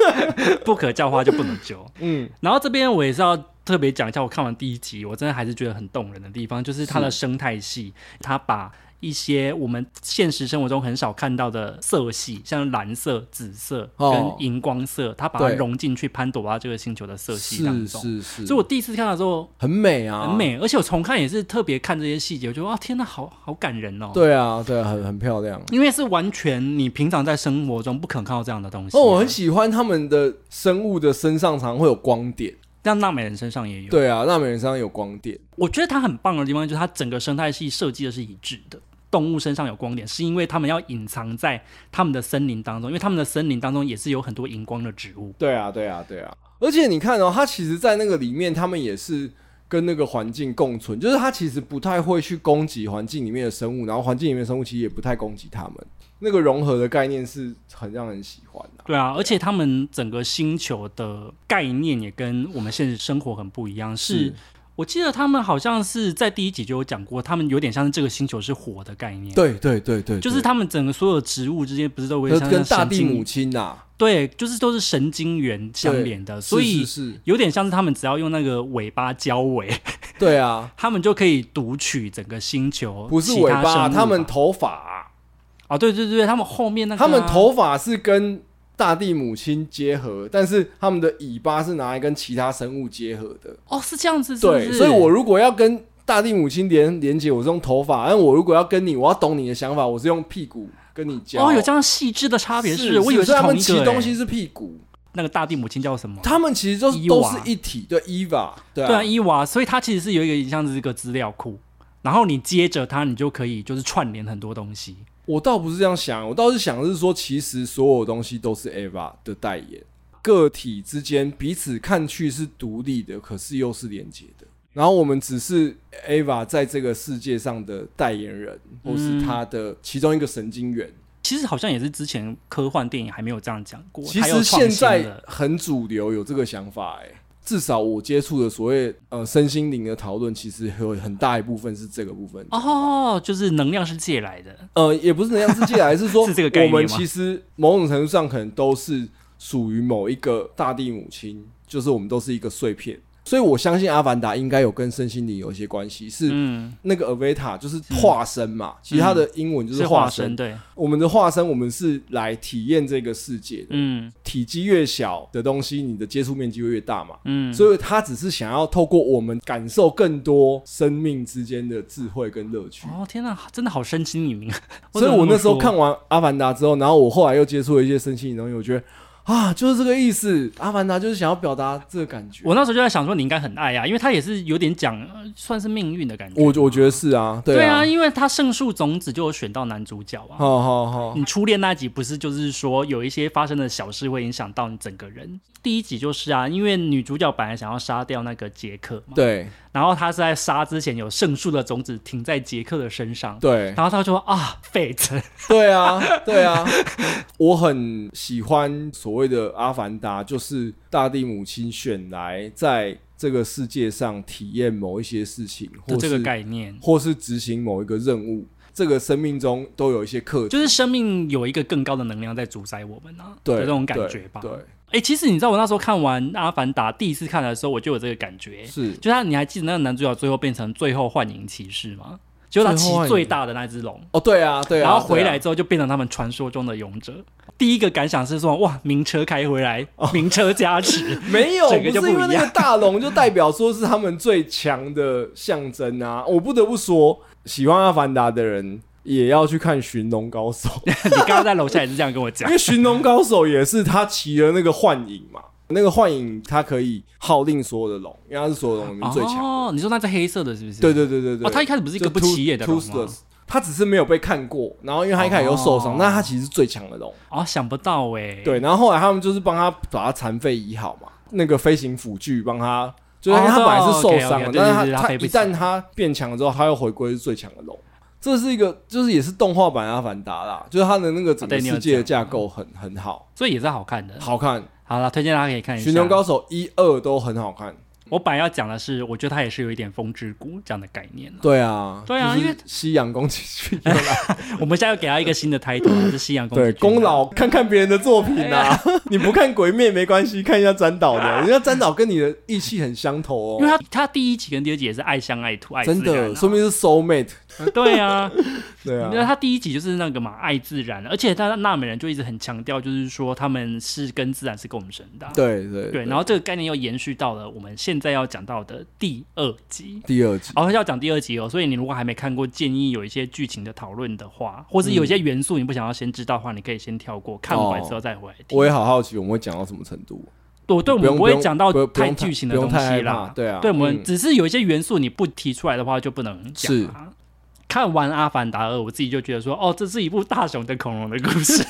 A: <laughs> 不可教化就不能救。
B: <laughs> 嗯，
A: 然后这边我也是要特别讲一下，我看完第一集，我真的还是觉得很动人的地方，就是它的生态系，它把一些我们现实生活中很少看到的色系，像蓝色、紫色跟
B: 哦
A: 荧光色，它把它
B: 对
A: 融进去潘朵拉这个星球的色系当
B: 是
A: 中。
B: 是是，
A: 所以我第一次看到之后
B: 很美啊，
A: 很。美，而且我重看也是特别看这些细节，我觉得哇天呐，好好感人哦。
B: 对啊，对啊，很很漂亮。
A: 因为是完全你平常在生活中不可能看到这样的东西、
B: 哦，我很喜欢他们的生物的身上常会有光点。
A: 像娜美人身上也有。
B: 对啊，纳美人身上有光点。
A: 我觉得它很棒的地方就是它整个生态系设计的是一致的。动物身上有光点，是因为它们要隐藏在它们的森林当中，因为它们的森林当中也是有很多荧光的植物。
B: 对啊，对啊，对啊。而且你看哦，他其实，在那个里面，他们也是跟那个环境共存，就是他其实不太会去攻击环境里面的生物，然后环境里面的生物其实也不太攻击他们。那个融合的概念是很让人喜欢的、
A: 对啊，而且他们整个星球的概念也跟我们现实生活很不一样。是
B: 是
A: 我记得他们好像是在第一集就有讲过，他们有点像是这个星球是火的概念。。
B: 对对对对对
A: 就是他们整个所有植物之间不是都有
B: 跟
A: 像
B: 跟大地
A: 神经
B: 母亲呐、啊，
A: 对，就是都是神经元相连的，所以
B: 是是是
A: 有点像是他们只要用那个尾巴交尾， <laughs>
B: 对啊，
A: 他们就可以读取整个星球
B: 不是
A: 其
B: 尾
A: 他生
B: 巴，
A: 物
B: 他们
A: 吧
B: 头发啊、
A: 哦，对对对，他们后面那个啊、
B: 他们头发是跟大地母亲结合，但是他们的尾巴是拿来跟其他生物结合的。
A: 哦是这样子是不是，
B: 对，所以我如果要跟大地母亲连连接，我是用头发；但我如果要跟你，我要懂你的想法，我是用屁股跟你交。
A: 哦有这样细致的差别
B: 是，
A: 我以为
B: 是他
A: 同
B: 们
A: 一
B: 骑
A: 个
B: 东
A: 欸
B: 西是屁股，
A: 那个大地母亲叫什么？
B: 他们其实都
A: 伊
B: 是
A: 娃
B: 都是一体。对，Eva，对
A: 对
B: 啊
A: 啊，，伊娃，所以它其实是有一个像是一个资料库，然后你接着它，你就可以就是串联很多东西。
B: 我倒不是这样想，我倒是想是说，其实所有东西都是 Eva 的代言，个体之间彼此看去是独立的，可是又是连接的。然后我们只是 Eva 在这个世界上的代言人，或
A: 嗯
B: 是他的其中一个神经元。
A: 其实好像也是之前科幻电影还没有这样讲过，
B: 其
A: 它又
B: 实
A: 创
B: 现
A: 新
B: 在
A: 了
B: 很主流有这个想法、欸，至少我接触的所谓呃身心灵的讨论，其实有很大一部分是这个部分。
A: 哦，就是能量是借来的，
B: 呃，也不是能量世界来，是
A: <laughs>
B: 说
A: 是这个概念吗
B: 我们其实某种程度上可能都是属于某一个大地母亲，就是我们都是一个碎片。所以我相信《阿凡达》应该有跟身心灵有一些关系，是
A: 嗯，
B: 那个 Avata 就是化身嘛，其实它的英文就是是
A: 化
B: 化
A: 身，对，
B: 我们的化身，我们是来体验这个世界的。
A: 嗯
B: 体积越小的东西，你的接触面积会越大嘛。
A: 嗯，
B: 所以他只是想要透过我们感受更多生命之间的智慧跟乐趣。
A: 哦天哪，真的好身心灵啊！
B: 所以
A: 怎么
B: 我那
A: 么
B: 时候
A: 说
B: 看完《阿凡达》之后，然后我后来又接触了一些身心灵东西，我觉得啊，就是这个意思，《阿凡达》就是想要表达这个感觉。
A: 我那时候就在想说，你应该很爱啊，因为他也是有点讲，呃算是命运的感觉。
B: 我我觉得是啊，
A: 对
B: 啊，
A: 因为他圣树种子就有选到男主角啊。
B: 好好好，
A: 你初恋那集不是就是说有一些发生的小事会影响到你整个人？第一集就是啊，因为女主角本来想要杀掉那个杰克嘛，
B: 对
A: 然后她是在杀之前有圣树的种子停在杰克的身上，
B: 对
A: 然后她就说啊，fate，
B: 对啊，对啊，我很喜欢所谓的《阿凡达》，就是大地母亲选来在这个世界上体验某一些事情，
A: 就
B: 或
A: 这个
B: 是
A: 概念，
B: 或是执行某一个任务，这个生命中都有一些课题。
A: 就是生命有一个更高的能量在主宰我们啊，
B: 对
A: 有这种感
B: 对
A: 觉吧？
B: 对，
A: 哎、其实你知道我那时候看完《阿凡达》第一次看的时候，我就有这个感觉、
B: 是
A: 就他，你还记得那个男主角最后变成最后幻影骑士吗？就是他骑
B: 最后幻影
A: 最大的那只龙，
B: 哦，对啊，对啊，
A: 然后回
B: 对啊
A: 来之后就变成他们传说中的勇者。第一个感想是说，哇，名车开回来，
B: 哦
A: 名车加
B: <laughs>
A: 持，
B: 没有，
A: 整个就
B: 不是因为
A: 不一
B: 那
A: 样
B: 个大龙就代表说是他们最强的象征啊！我不得不说，喜欢《阿凡达》的人也要去看《寻龙高手》，
A: 你刚刚在楼下也是这样跟我
B: <laughs> 因
A: 讲
B: 为。《寻龙高手》也是他骑了那个幻影嘛，那个幻影它可以号令所有的龙，因为它是所有龙里面最强。
A: 哦，你说那只黑色的是不是？
B: 对对对对对，
A: 哦，他一开始不是一个
B: 就
A: 不
B: Tooth-
A: 起眼的龙吗？
B: Toothless，他只是没有被看过，然后因为他一开始又受
A: 哦
B: 伤，但他其实是最强的龙。
A: 哦，想不到哎、，
B: 对，然后后来他们就是帮他把他残废医好嘛，那个飞行辅具帮他，就是
A: 哦
B: 他本来是受
A: OK，OK，
B: 伤了，
A: 对
B: 但
A: 对
B: 是
A: 对他
B: 他他
A: 飞不
B: 一
A: 起来
B: 旦他变强了之后，他又回归是最强的龙。这是一个，就是也是动画版阿凡达啦，就是它的那个整
A: 啊对
B: 个
A: 你有
B: 世界的
A: 讲嗯
B: 架构很很好，
A: 所以也是好看的。
B: 好看。
A: 好了，推荐大家可以看一
B: 《
A: 下。
B: 寻龙高手》一二都很好看，
A: 我本来要讲的是，我觉得它也是有一点风之谷这样的概念、啊、
B: 对啊，
A: 对啊
B: 就是
A: 因为
B: 西洋宫崎骏又来，
A: 我们现在要给它一个新的 title，还是西洋宫
B: <laughs> 对
A: 崎骏
B: 功劳，看看别人的作品啊， <laughs> 你不看鬼灭没关系，看一下占岛
A: <laughs>
B: 的，人家占岛跟你的意气很相投
A: 因为
B: 哦，
A: 它它第一集跟第二集也是爱乡爱土爱自
B: 真
A: 然、啊，
B: 的，说明是 soul mate，
A: 对啊，
B: 对
A: 因为
B: 啊，
A: 他第一集就是那个嘛，爱自然，而且他纳美人就一直很强调，就是说他们是跟自然是共生的啊、
B: 对对
A: 对。然后这个概念又延续到了我们现在要讲到的第二集。
B: 第二集，
A: 哦，要讲第二集哦，所以你如果还没看过，建议有一些剧情的讨论的话，或是有一
B: 嗯
A: 些元素你不想要先知道的话，你可以先跳过，看完之后再回来听。
B: 哦我也好好奇我们会讲到什么程度，
A: 我对我们
B: 不用
A: 不
B: 不
A: 会
B: 用
A: 讲到
B: 不用不
A: 太
B: 用
A: 剧
B: 太
A: 情的
B: 不用
A: 东
B: 太
A: 西
B: 害
A: 啦
B: 怕，对啊
A: 对我们
B: 嗯
A: 只是有一些元素你不提出来的话就不能讲啊。看完《阿凡达二》，我自己就觉得说，哦，这是一部大雄的恐龙的故事，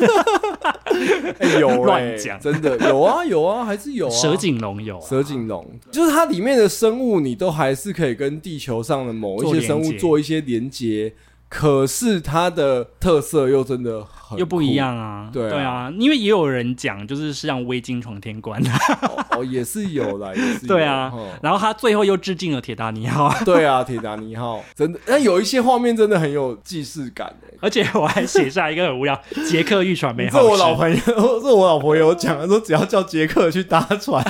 B: 哎有
A: <laughs>
B: 哎
A: 乱讲
B: 真的有啊有啊，还是有
A: <laughs>
B: 啊，
A: 蛇颈龙有、啊，
B: 蛇颈龙，就是它里面的生物，你都还是可以跟地球上的某一些
A: 做
B: 生物
A: 连结
B: 做一些连接，可是它的特色又真的很
A: 又不一
B: 酷。
A: 样啊，
B: 对啊
A: 啊，因为也有人讲，就是是让微鲸闯天关的，
B: <laughs> 哦，哦也是
A: <laughs>
B: 有啦，也是有
A: 对啊
B: 哦，
A: 然后他最后又致敬了铁达尼号， <laughs>
B: 对啊，铁达尼号真的，但有一些画面真的很有既视感欸诶、
A: 而且我还写下一个很无聊，杰克渔船没好
B: 这
A: 吃，
B: 我老朋友， <laughs> 这我老婆有讲，说只要叫杰克去搭船，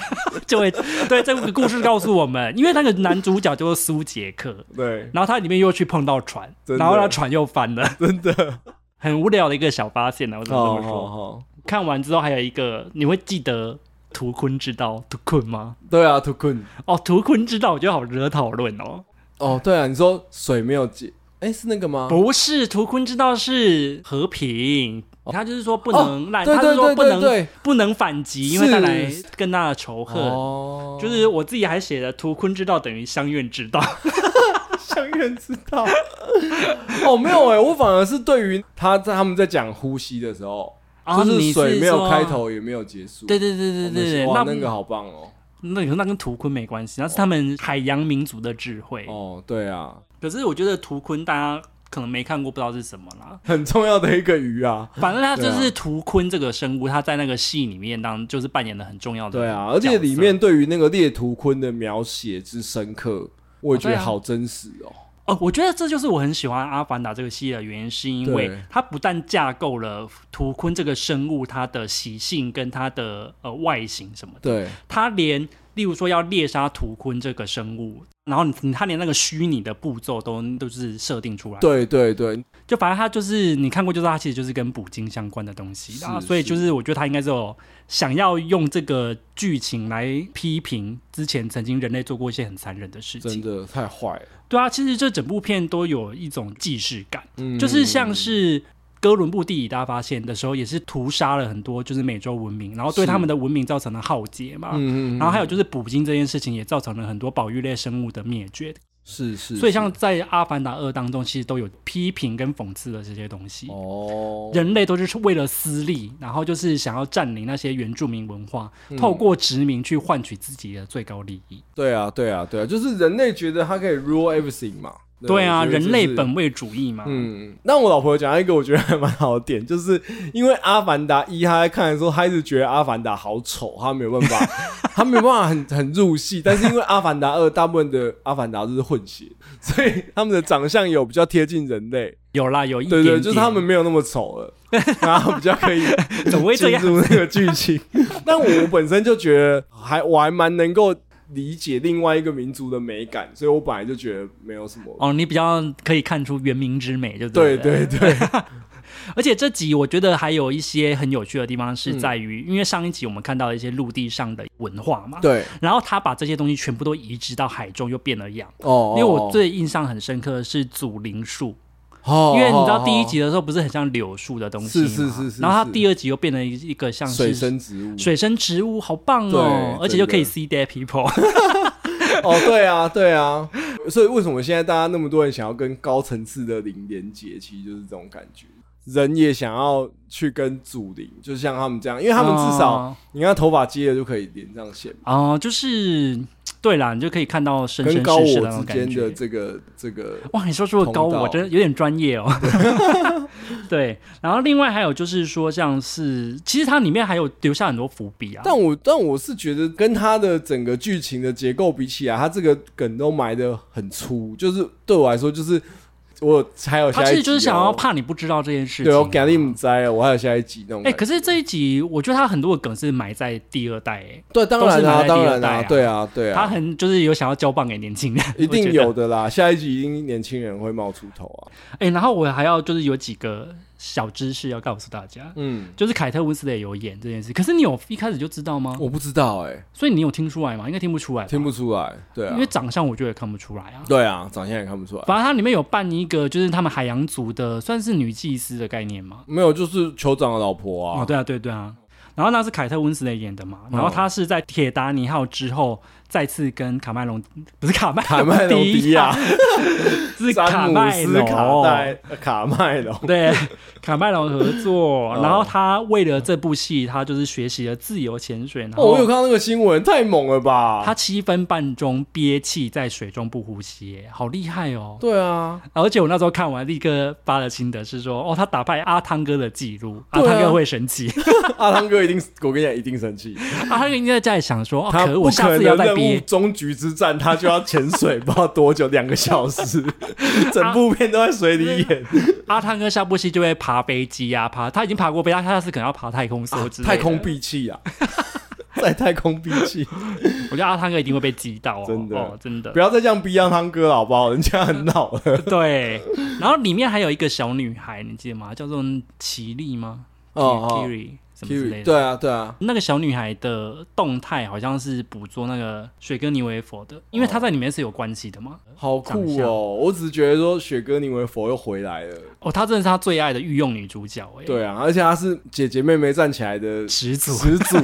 A: 就会对这个故事告诉我们，因为那个男主角就是苏杰克，
B: 对，
A: 然后他里面又去碰到船，
B: 真的
A: 然后他船又翻了，
B: <laughs> 真的，
A: <laughs> 很无聊的一个小发现呢、啊，我只能这
B: 哦
A: 么说。
B: 哦，
A: 看完之后还有一个，你会记得图坤之道图坤吗？
B: 对啊，图坤，
A: 哦，图坤之道我觉得好值得讨论哦。
B: 哦，对啊，你说水没有解，哎、是那个吗？
A: 不是图坤之道是和平，他就是说不能烂，
B: 哦对
A: 他是
B: 对
A: 说
B: 对
A: 不
B: 对
A: 能
B: 对，
A: 不能反击，因为
B: 是
A: 带来更大的仇恨。
B: 哦
A: 就是我自己还写了“图坤之道”等于相怨之道，
B: 想人知道。 <laughs> 哦，没有哎、我反而是对于他在他们在讲呼吸的时候，
A: 啊
B: <laughs> 就
A: 你
B: 是水没
A: 说 <laughs>
B: 有开头也没有结束。
A: 对对对对对对，
B: 我们是哇，
A: 那
B: 那个好棒哦。
A: 那个那跟图坤没关系，那是他们海洋民族的智慧。
B: 哦，对啊，
A: 可是我觉得图坤大家可能没看过，不知道是什么
B: <laughs>
A: 啦。
B: 很重要的一个鱼啊。
A: 反正他就
B: 对
A: 是图坤这个生物，他在那个戏里面当就是扮演的很重要的
B: 对啊，
A: 角
B: 而
A: 色
B: 且里面对于那个猎图鲲的描写之深刻，我也
A: 哦
B: 觉
A: 对
B: 得
A: 啊
B: 好真实哦。
A: 哦，我觉得这就是我很喜欢《阿凡达》这个系列的原因，是因为
B: 对
A: 它不但架构了图坤这个生物它的习性跟它的呃外形什么的，
B: 对
A: 它连例如说要猎杀图坤这个生物，然后你它连那个虚拟的步骤都都是设定出来的
B: 对对对，
A: 就反正它就是你看过，就是它其实就是跟捕鲸相关的东西啦，
B: 是
A: 所以就是我觉得它应该是有想要用这个剧情来批评之前曾经人类做过一些很残忍的事
B: 真
A: 情。
B: 的太坏了。
A: 对啊，其实这整部片都有一种既视感，
B: 嗯，
A: 就是像是。哥伦布地理大发现的时候，也是屠杀了很多就是美洲文明，然后对
B: 是
A: 他们的文明造成了浩劫嘛。
B: 嗯，嗯嗯，
A: 然后还有就是捕鲸这件事情，也造成了很多保育类生物的灭绝。
B: 是是，
A: 所以像
B: 是
A: 在《阿凡达二》当中，其实都有批评跟讽刺的这些东西。
B: 哦，
A: 人类都是为了私利，然后就是想要占领那些原住民文化，
B: 嗯
A: 透过殖民去换取自己的最高利益。
B: 对啊对啊对啊，就是人类觉得它可以 rule everything 嘛。
A: 对啊，
B: 我觉得
A: 人
B: 这
A: 类
B: 是
A: 本位主义嘛。
B: 嗯，那我老婆有讲到一个我觉得还蛮好的点，就是因为《阿凡达一》，她在看的时候，她一直觉得《阿凡达》好丑，她没有办
A: <laughs>
B: 法，她没有办法很很入戏。但是因为《阿凡达二》，大部分的阿凡达都是混血，所以他们的长相有比较贴近人类，
A: 有啦，有一点
B: 对
A: 点
B: 对，就是他们没有那么丑了， <laughs> 然后比较可以
A: <laughs> 怎么会这
B: 进
A: 样？
B: 入那个剧情。 <laughs> 但我本身就觉得还我还蛮能够理解另外一个民族的美感，所以我本来就觉得没有什么。
A: 哦，你比较可以看出原名之美，就
B: 对
A: 对了
B: 对对，
A: 而且这集我觉得还有一些很有趣的地方是在于，因为上一集我们看到了一些陆地上的文化嘛，
B: 嗯对
A: 然后他把这些东西全部都移植到海中，又变了样。
B: 哦，
A: 因为我
B: 哦
A: 最印象很深刻的是祖灵树，
B: 哦，
A: 因为你知道
B: 哦
A: 第一集的时候不是很像柳树的东西嘛
B: 是是是是
A: 然后它
B: 是
A: 第二集又变成一个像
B: 哦
A: 是
B: 水生植物，
A: 水生植物，好棒哦，
B: 对
A: 而且就可以
B: 真
A: see dead people，
B: 哦，对啊，对啊，所以为什么现在大家那么多人想要跟高层次的零连接，其实就是这种感觉。人也想要去跟祖灵，就像他们这样，因为他们至
A: <laughs>
B: 少、你看头发接了就可以连上线，
A: 哦、哦就是对啦，你就可以看到生生
B: 跟高
A: 世世的那
B: 我
A: 种
B: 之
A: 感
B: 间的
A: 觉。啊
B: 这个这个
A: 哇，你说出了高
B: 通道
A: 我，真的有点专业
B: <laughs>
A: 哦。对，然后另外还有就是说，像是其实它里面还有留下很多伏笔啊。
B: 但我但我是觉得跟他的整个剧情的结构比起来，他这个梗都埋的很粗，就是对我来说，就是我还有下
A: 他
B: 一集、哦
A: 其实就是想要，怕你不知道这件事情。啊
B: 对我赶紧摘了，我还有下一集那种
A: 哎、
B: 感觉。
A: 可是这一集我觉得他很多的梗是埋在第二代、欸，
B: 对，当然
A: 都是
B: 啦、
A: 埋在
B: 当
A: 第
B: 然
A: 二
B: 啦、
A: 代啊
B: 对啊，对
A: 他
B: 啊，
A: 很就是有想要交棒给年轻人，
B: 一定
A: 我觉得
B: 有。的啦。下一集一定年轻人会冒出头啊。
A: 哎、然后我还要就是有几个小知识要告诉大家，
B: 嗯，
A: 就是凯特温斯雷有演这件事，可是你有一开始就知道吗？
B: 我不知道哎、
A: 所以你有听出来吗？应该听不出来吧，
B: 听不出来。对啊
A: 因为，长相我觉得也看不出来啊。
B: 对啊，长相也看不出来。
A: 反正它里面有扮一个就是他们海洋族的算是女祭司的概念嘛。
B: 没有，就是酋长的老婆啊。
A: 哦，对啊，对对啊。然后那是凯特温斯雷演的
B: 哦
A: 嘛，然后她是在铁达尼号之后再次跟卡麦隆，不是卡麦
B: 卡麦隆迪亚，
A: 啊是卡
B: 詹姆
A: 麦
B: 斯
A: 隆
B: 卡戴呃卡麦隆， <laughs>
A: 对，卡麦隆合作
B: 哦，
A: 然后他为了这部戏，他就是学习了自由潜水，然
B: 哦，我有
A: 后
B: 看到那个新闻，太猛了吧！
A: 他七分半钟憋气在水中不呼吸，好厉害哦！
B: 对啊，
A: 而且我那时候看完，立刻发了心得是说，哦，他打败阿汤哥的记录，阿
B: 对啊
A: 汤哥会生气，
B: <laughs>
A: <laughs>
B: 阿汤哥一定，我跟你讲，一定生气。
A: 阿汤哥应该在想说，哦，
B: 他
A: 可
B: 不
A: 我下
B: 可
A: 次
B: 能
A: 要再
B: 任务
A: 憋，
B: 终局之战，他就要潜水，不知道多久，两个小
A: <laughs>
B: 时， <laughs> 整部片都在水里演。
A: 阿汤哥下部戏就会爬飞机啊，爬他已经爬过飞机，他下次可能要爬太空梭之类的
B: 啊太空，闭气啊， <laughs> 在太空闭气，
A: 我觉得阿汤哥一定会被击到哦，
B: 真的
A: 哦真的
B: 不。要再这样逼阿汤哥了，好不好？人家很老了。
A: <laughs> 对，然后里面还有一个小女孩，你记得吗？叫做奇丽吗？
B: 哦
A: k i r i 什么之类的。
B: Kiri，对啊，对啊，
A: 那个小女孩的动态好像是捕捉那个水哥尼维佛的，因为她在里面是有关系的嘛。
B: 好
A: 长
B: 酷
A: 相
B: 哦！我只是觉得说，雪哥尼维佛又回来了。
A: 哦，她真的是她最爱的御用女主角哎、
B: 对啊，而且他是姐姐妹妹站起来的
A: 始祖。
B: 始
A: <laughs>
B: 祖。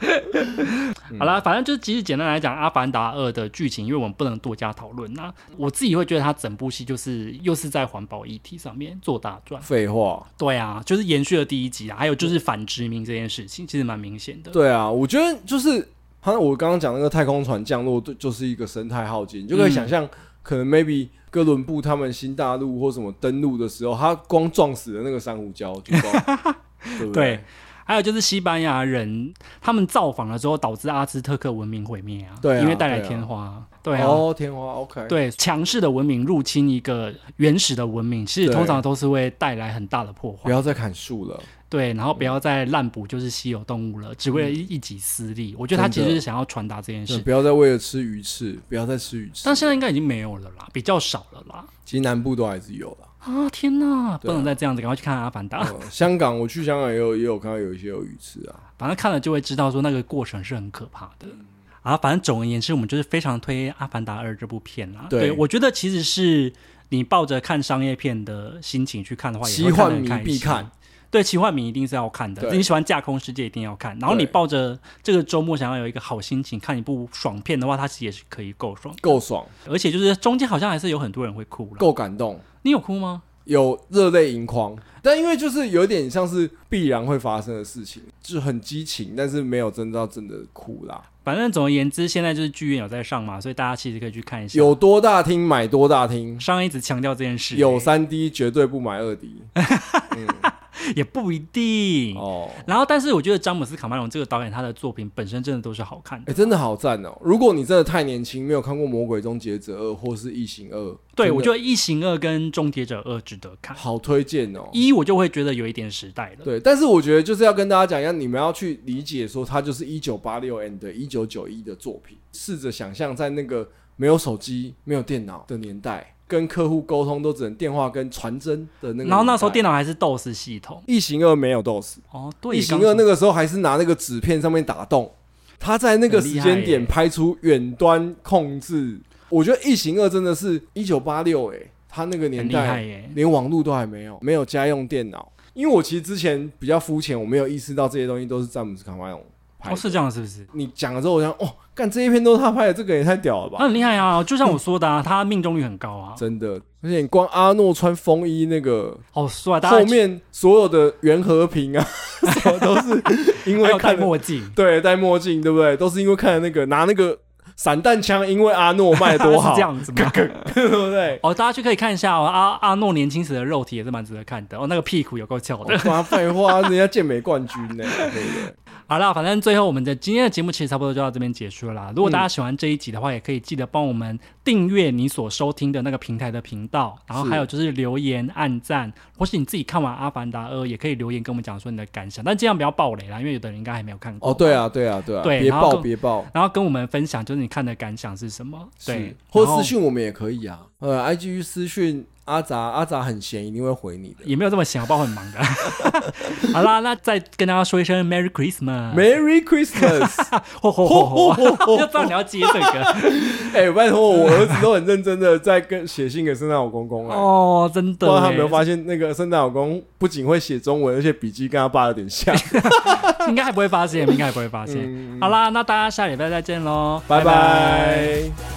B: 嗯
A: 好啦，反正就是，其实简单来讲，《阿凡达二》的剧情，因为我们不能多加讨论那我自己会觉得它整部戏就是又是在环保议题上面做大转。
B: 废话，
A: 对啊，就是延续了第一集啊，还有就是反殖民这件事情，其实蛮明显的。
B: 对啊，我觉得就是，好像我刚刚讲那个太空船降落，对，就是一个生态浩劫，你就可以想
A: 嗯
B: 象，可能 maybe 哥伦布他们新大陆或什么登陆的时候，他光撞死了那个珊瑚礁，就
A: <laughs>
B: 光对不
A: 对？还有就是西班牙人他们造访了之后，导致阿兹特克文明毁灭啊，
B: 对啊
A: 因为带来天花，对啊。
B: 哦，天花，OK，，
A: 对强势的文明入侵一个原始的文明，其实
B: 对
A: 通常都是会带来很大的破
B: 不
A: 坏。
B: 要再砍树了，
A: 对，然后不要再滥捕就是稀有动物了，只为了一一己私利。我觉得他其
B: 嗯真
A: 实是
B: 的
A: 想要传达这件
B: 对
A: 事，
B: 不要再为了吃鱼翅，不要再吃鱼翅
A: 但。现在应该已经没有了啦，比较少了啦。
B: 其实南部都还是有
A: <laughs>
B: 啦。
A: 啊天哪，
B: 对
A: 不
B: 啊
A: 能再这样子，赶快去看《阿凡达》
B: 嗯香港，我去香港也有也有看到有一些有鱼翅啊，
A: 反正看了就会知道说那个过程是很可怕的。
B: 嗯
A: 啊，反正总而言之，我们就是非常推《阿凡达二》这部片啦。
B: 对
A: 我觉得其实是你抱着看商业片的心情去看的话，也
B: 奇
A: 会看得
B: 幻
A: 很
B: 迷
A: 开
B: 必
A: 心
B: 看。。
A: 对，奇幻迷一定是要看的。
B: 对
A: 你喜欢架空世界一定要看。然后你
B: 对
A: 抱着这个周末想要有一个好心情看一部爽片的话，它其实也是可以够爽。
B: 够爽，
A: 而且就是中间好像还是有很多人会哭了。
B: 够感动，
A: 你有哭吗？
B: 有热泪盈眶，但因为就是有点像是必然会发生的事情，就很激情，但是没有真到真的哭啦。
A: 反正总而言之，现在就是剧院有在上嘛，所以大家其实可以去看一下。
B: 有多大厅买多大厅，
A: 上一直强调这件事、
B: 有三 D 绝对不买二 D
A: 也不一定。
B: 哦。
A: 然后，但是我觉得詹姆斯卡麦隆这个导演，他的作品本身真的都是好看
B: 哎、
A: 的。
B: 真的好赞哦！如果你真的太年轻，没有看过《魔鬼终结者二》或是《异形二》，
A: 对，
B: 真的
A: 我觉得《异形二》跟《终结者二》值得看。
B: 好推荐哦。
A: 一我就会觉得有一点时代了。
B: 对，但是我觉得就是要跟大家讲一下，你们要去理解说，它就是一九八六 and 一九九一的作品。试着想象在那个没有手机、没有电脑的年代，跟客户沟通都只能电话跟传真的那个。
A: 然后那时候电
B: 脑，
A: 脑还是 DOS 系统。
B: 异形二没有 DOS，
A: 哦，对，
B: 异形
A: 刚
B: 二
A: 才
B: 那个时候还是拿那个纸片上面打洞，他在那个时间
A: 很厉害
B: 点
A: 耶
B: 拍出远端控制。我觉得异形二真的是一九八六，哎，他那个年
A: 很厉
B: 代
A: 害耶。
B: 连网络都还没有，没有家用电脑。因为我其实之前比较肤浅，我没有意识到这些东西都是詹姆斯卡麦隆拍的。
A: 哦，是这样是不是？
B: 你讲了之后，我想，哦，干这一片都是他拍的，这个也太屌了吧！
A: 他很厉害
B: 嗯
A: 啊，就像我说的，啊，他命中率很高啊，
B: <laughs> 真的，而且你光阿诺穿风衣那个，
A: 好哦帅。大家
B: 后面所有的袁和平啊，什么都
A: <laughs>
B: 是因
A: 还
B: 为
A: 有戴
B: 看了
A: 墨镜，
B: 对戴墨镜，对不对？都是因为看了那个拿那个散弹枪，因为
A: <laughs>
B: 阿诺卖得多好，
A: 是这样子吗？
B: <laughs> 对不对？
A: 哦，大家去可以看一下哦，阿阿诺年轻时的肉体也是蛮值得看的哦，那个屁股有够翘
B: 我
A: 的。
B: 妈废话，人家健美冠军呢、对不对？
A: 好啦，反正最后我们的今天的节目其实差不多就到这边结束了啦。如果大
B: 嗯
A: 家喜欢这一集的话，也可以记得帮我们订阅你所收听的那个平台的频道，然后还有就是留言、按赞，或是你自己看完《阿凡达二》也可以留言跟我们讲说你的感想，但尽量不要爆雷啦，因为有的人应该还没有看过。
B: 哦，对啊，对啊，对啊，
A: 对
B: 别
A: 然后
B: 爆
A: 跟
B: 别爆，
A: 然后跟我们分享就是你看的感想是什么，对
B: 是，或
A: 然后
B: 私讯我们也可以啊。呃，IG 私讯阿杂，阿杂很闲，一定会回你的。
A: 也没有这么闲，我包括很忙
B: <laughs>
A: 的。好啦，那再跟大家说一声 Merry Christmas，<laughs>
B: Merry Christmas！
A: 吼吼吼
B: <laughs>
A: 吼，就知道你要接这个
B: 哎、拜托，我儿子都很认真的在跟写信给圣诞老公公啊。
A: 哦，真的
B: 不知道
A: 耶，
B: 他有没有发现，那个圣诞老公不仅会写中文，而且笔记跟他爸有点像。
A: 应该还不会发现，应该还不会发现。好啦，那大家下礼拜再见喽，拜
B: 拜拜。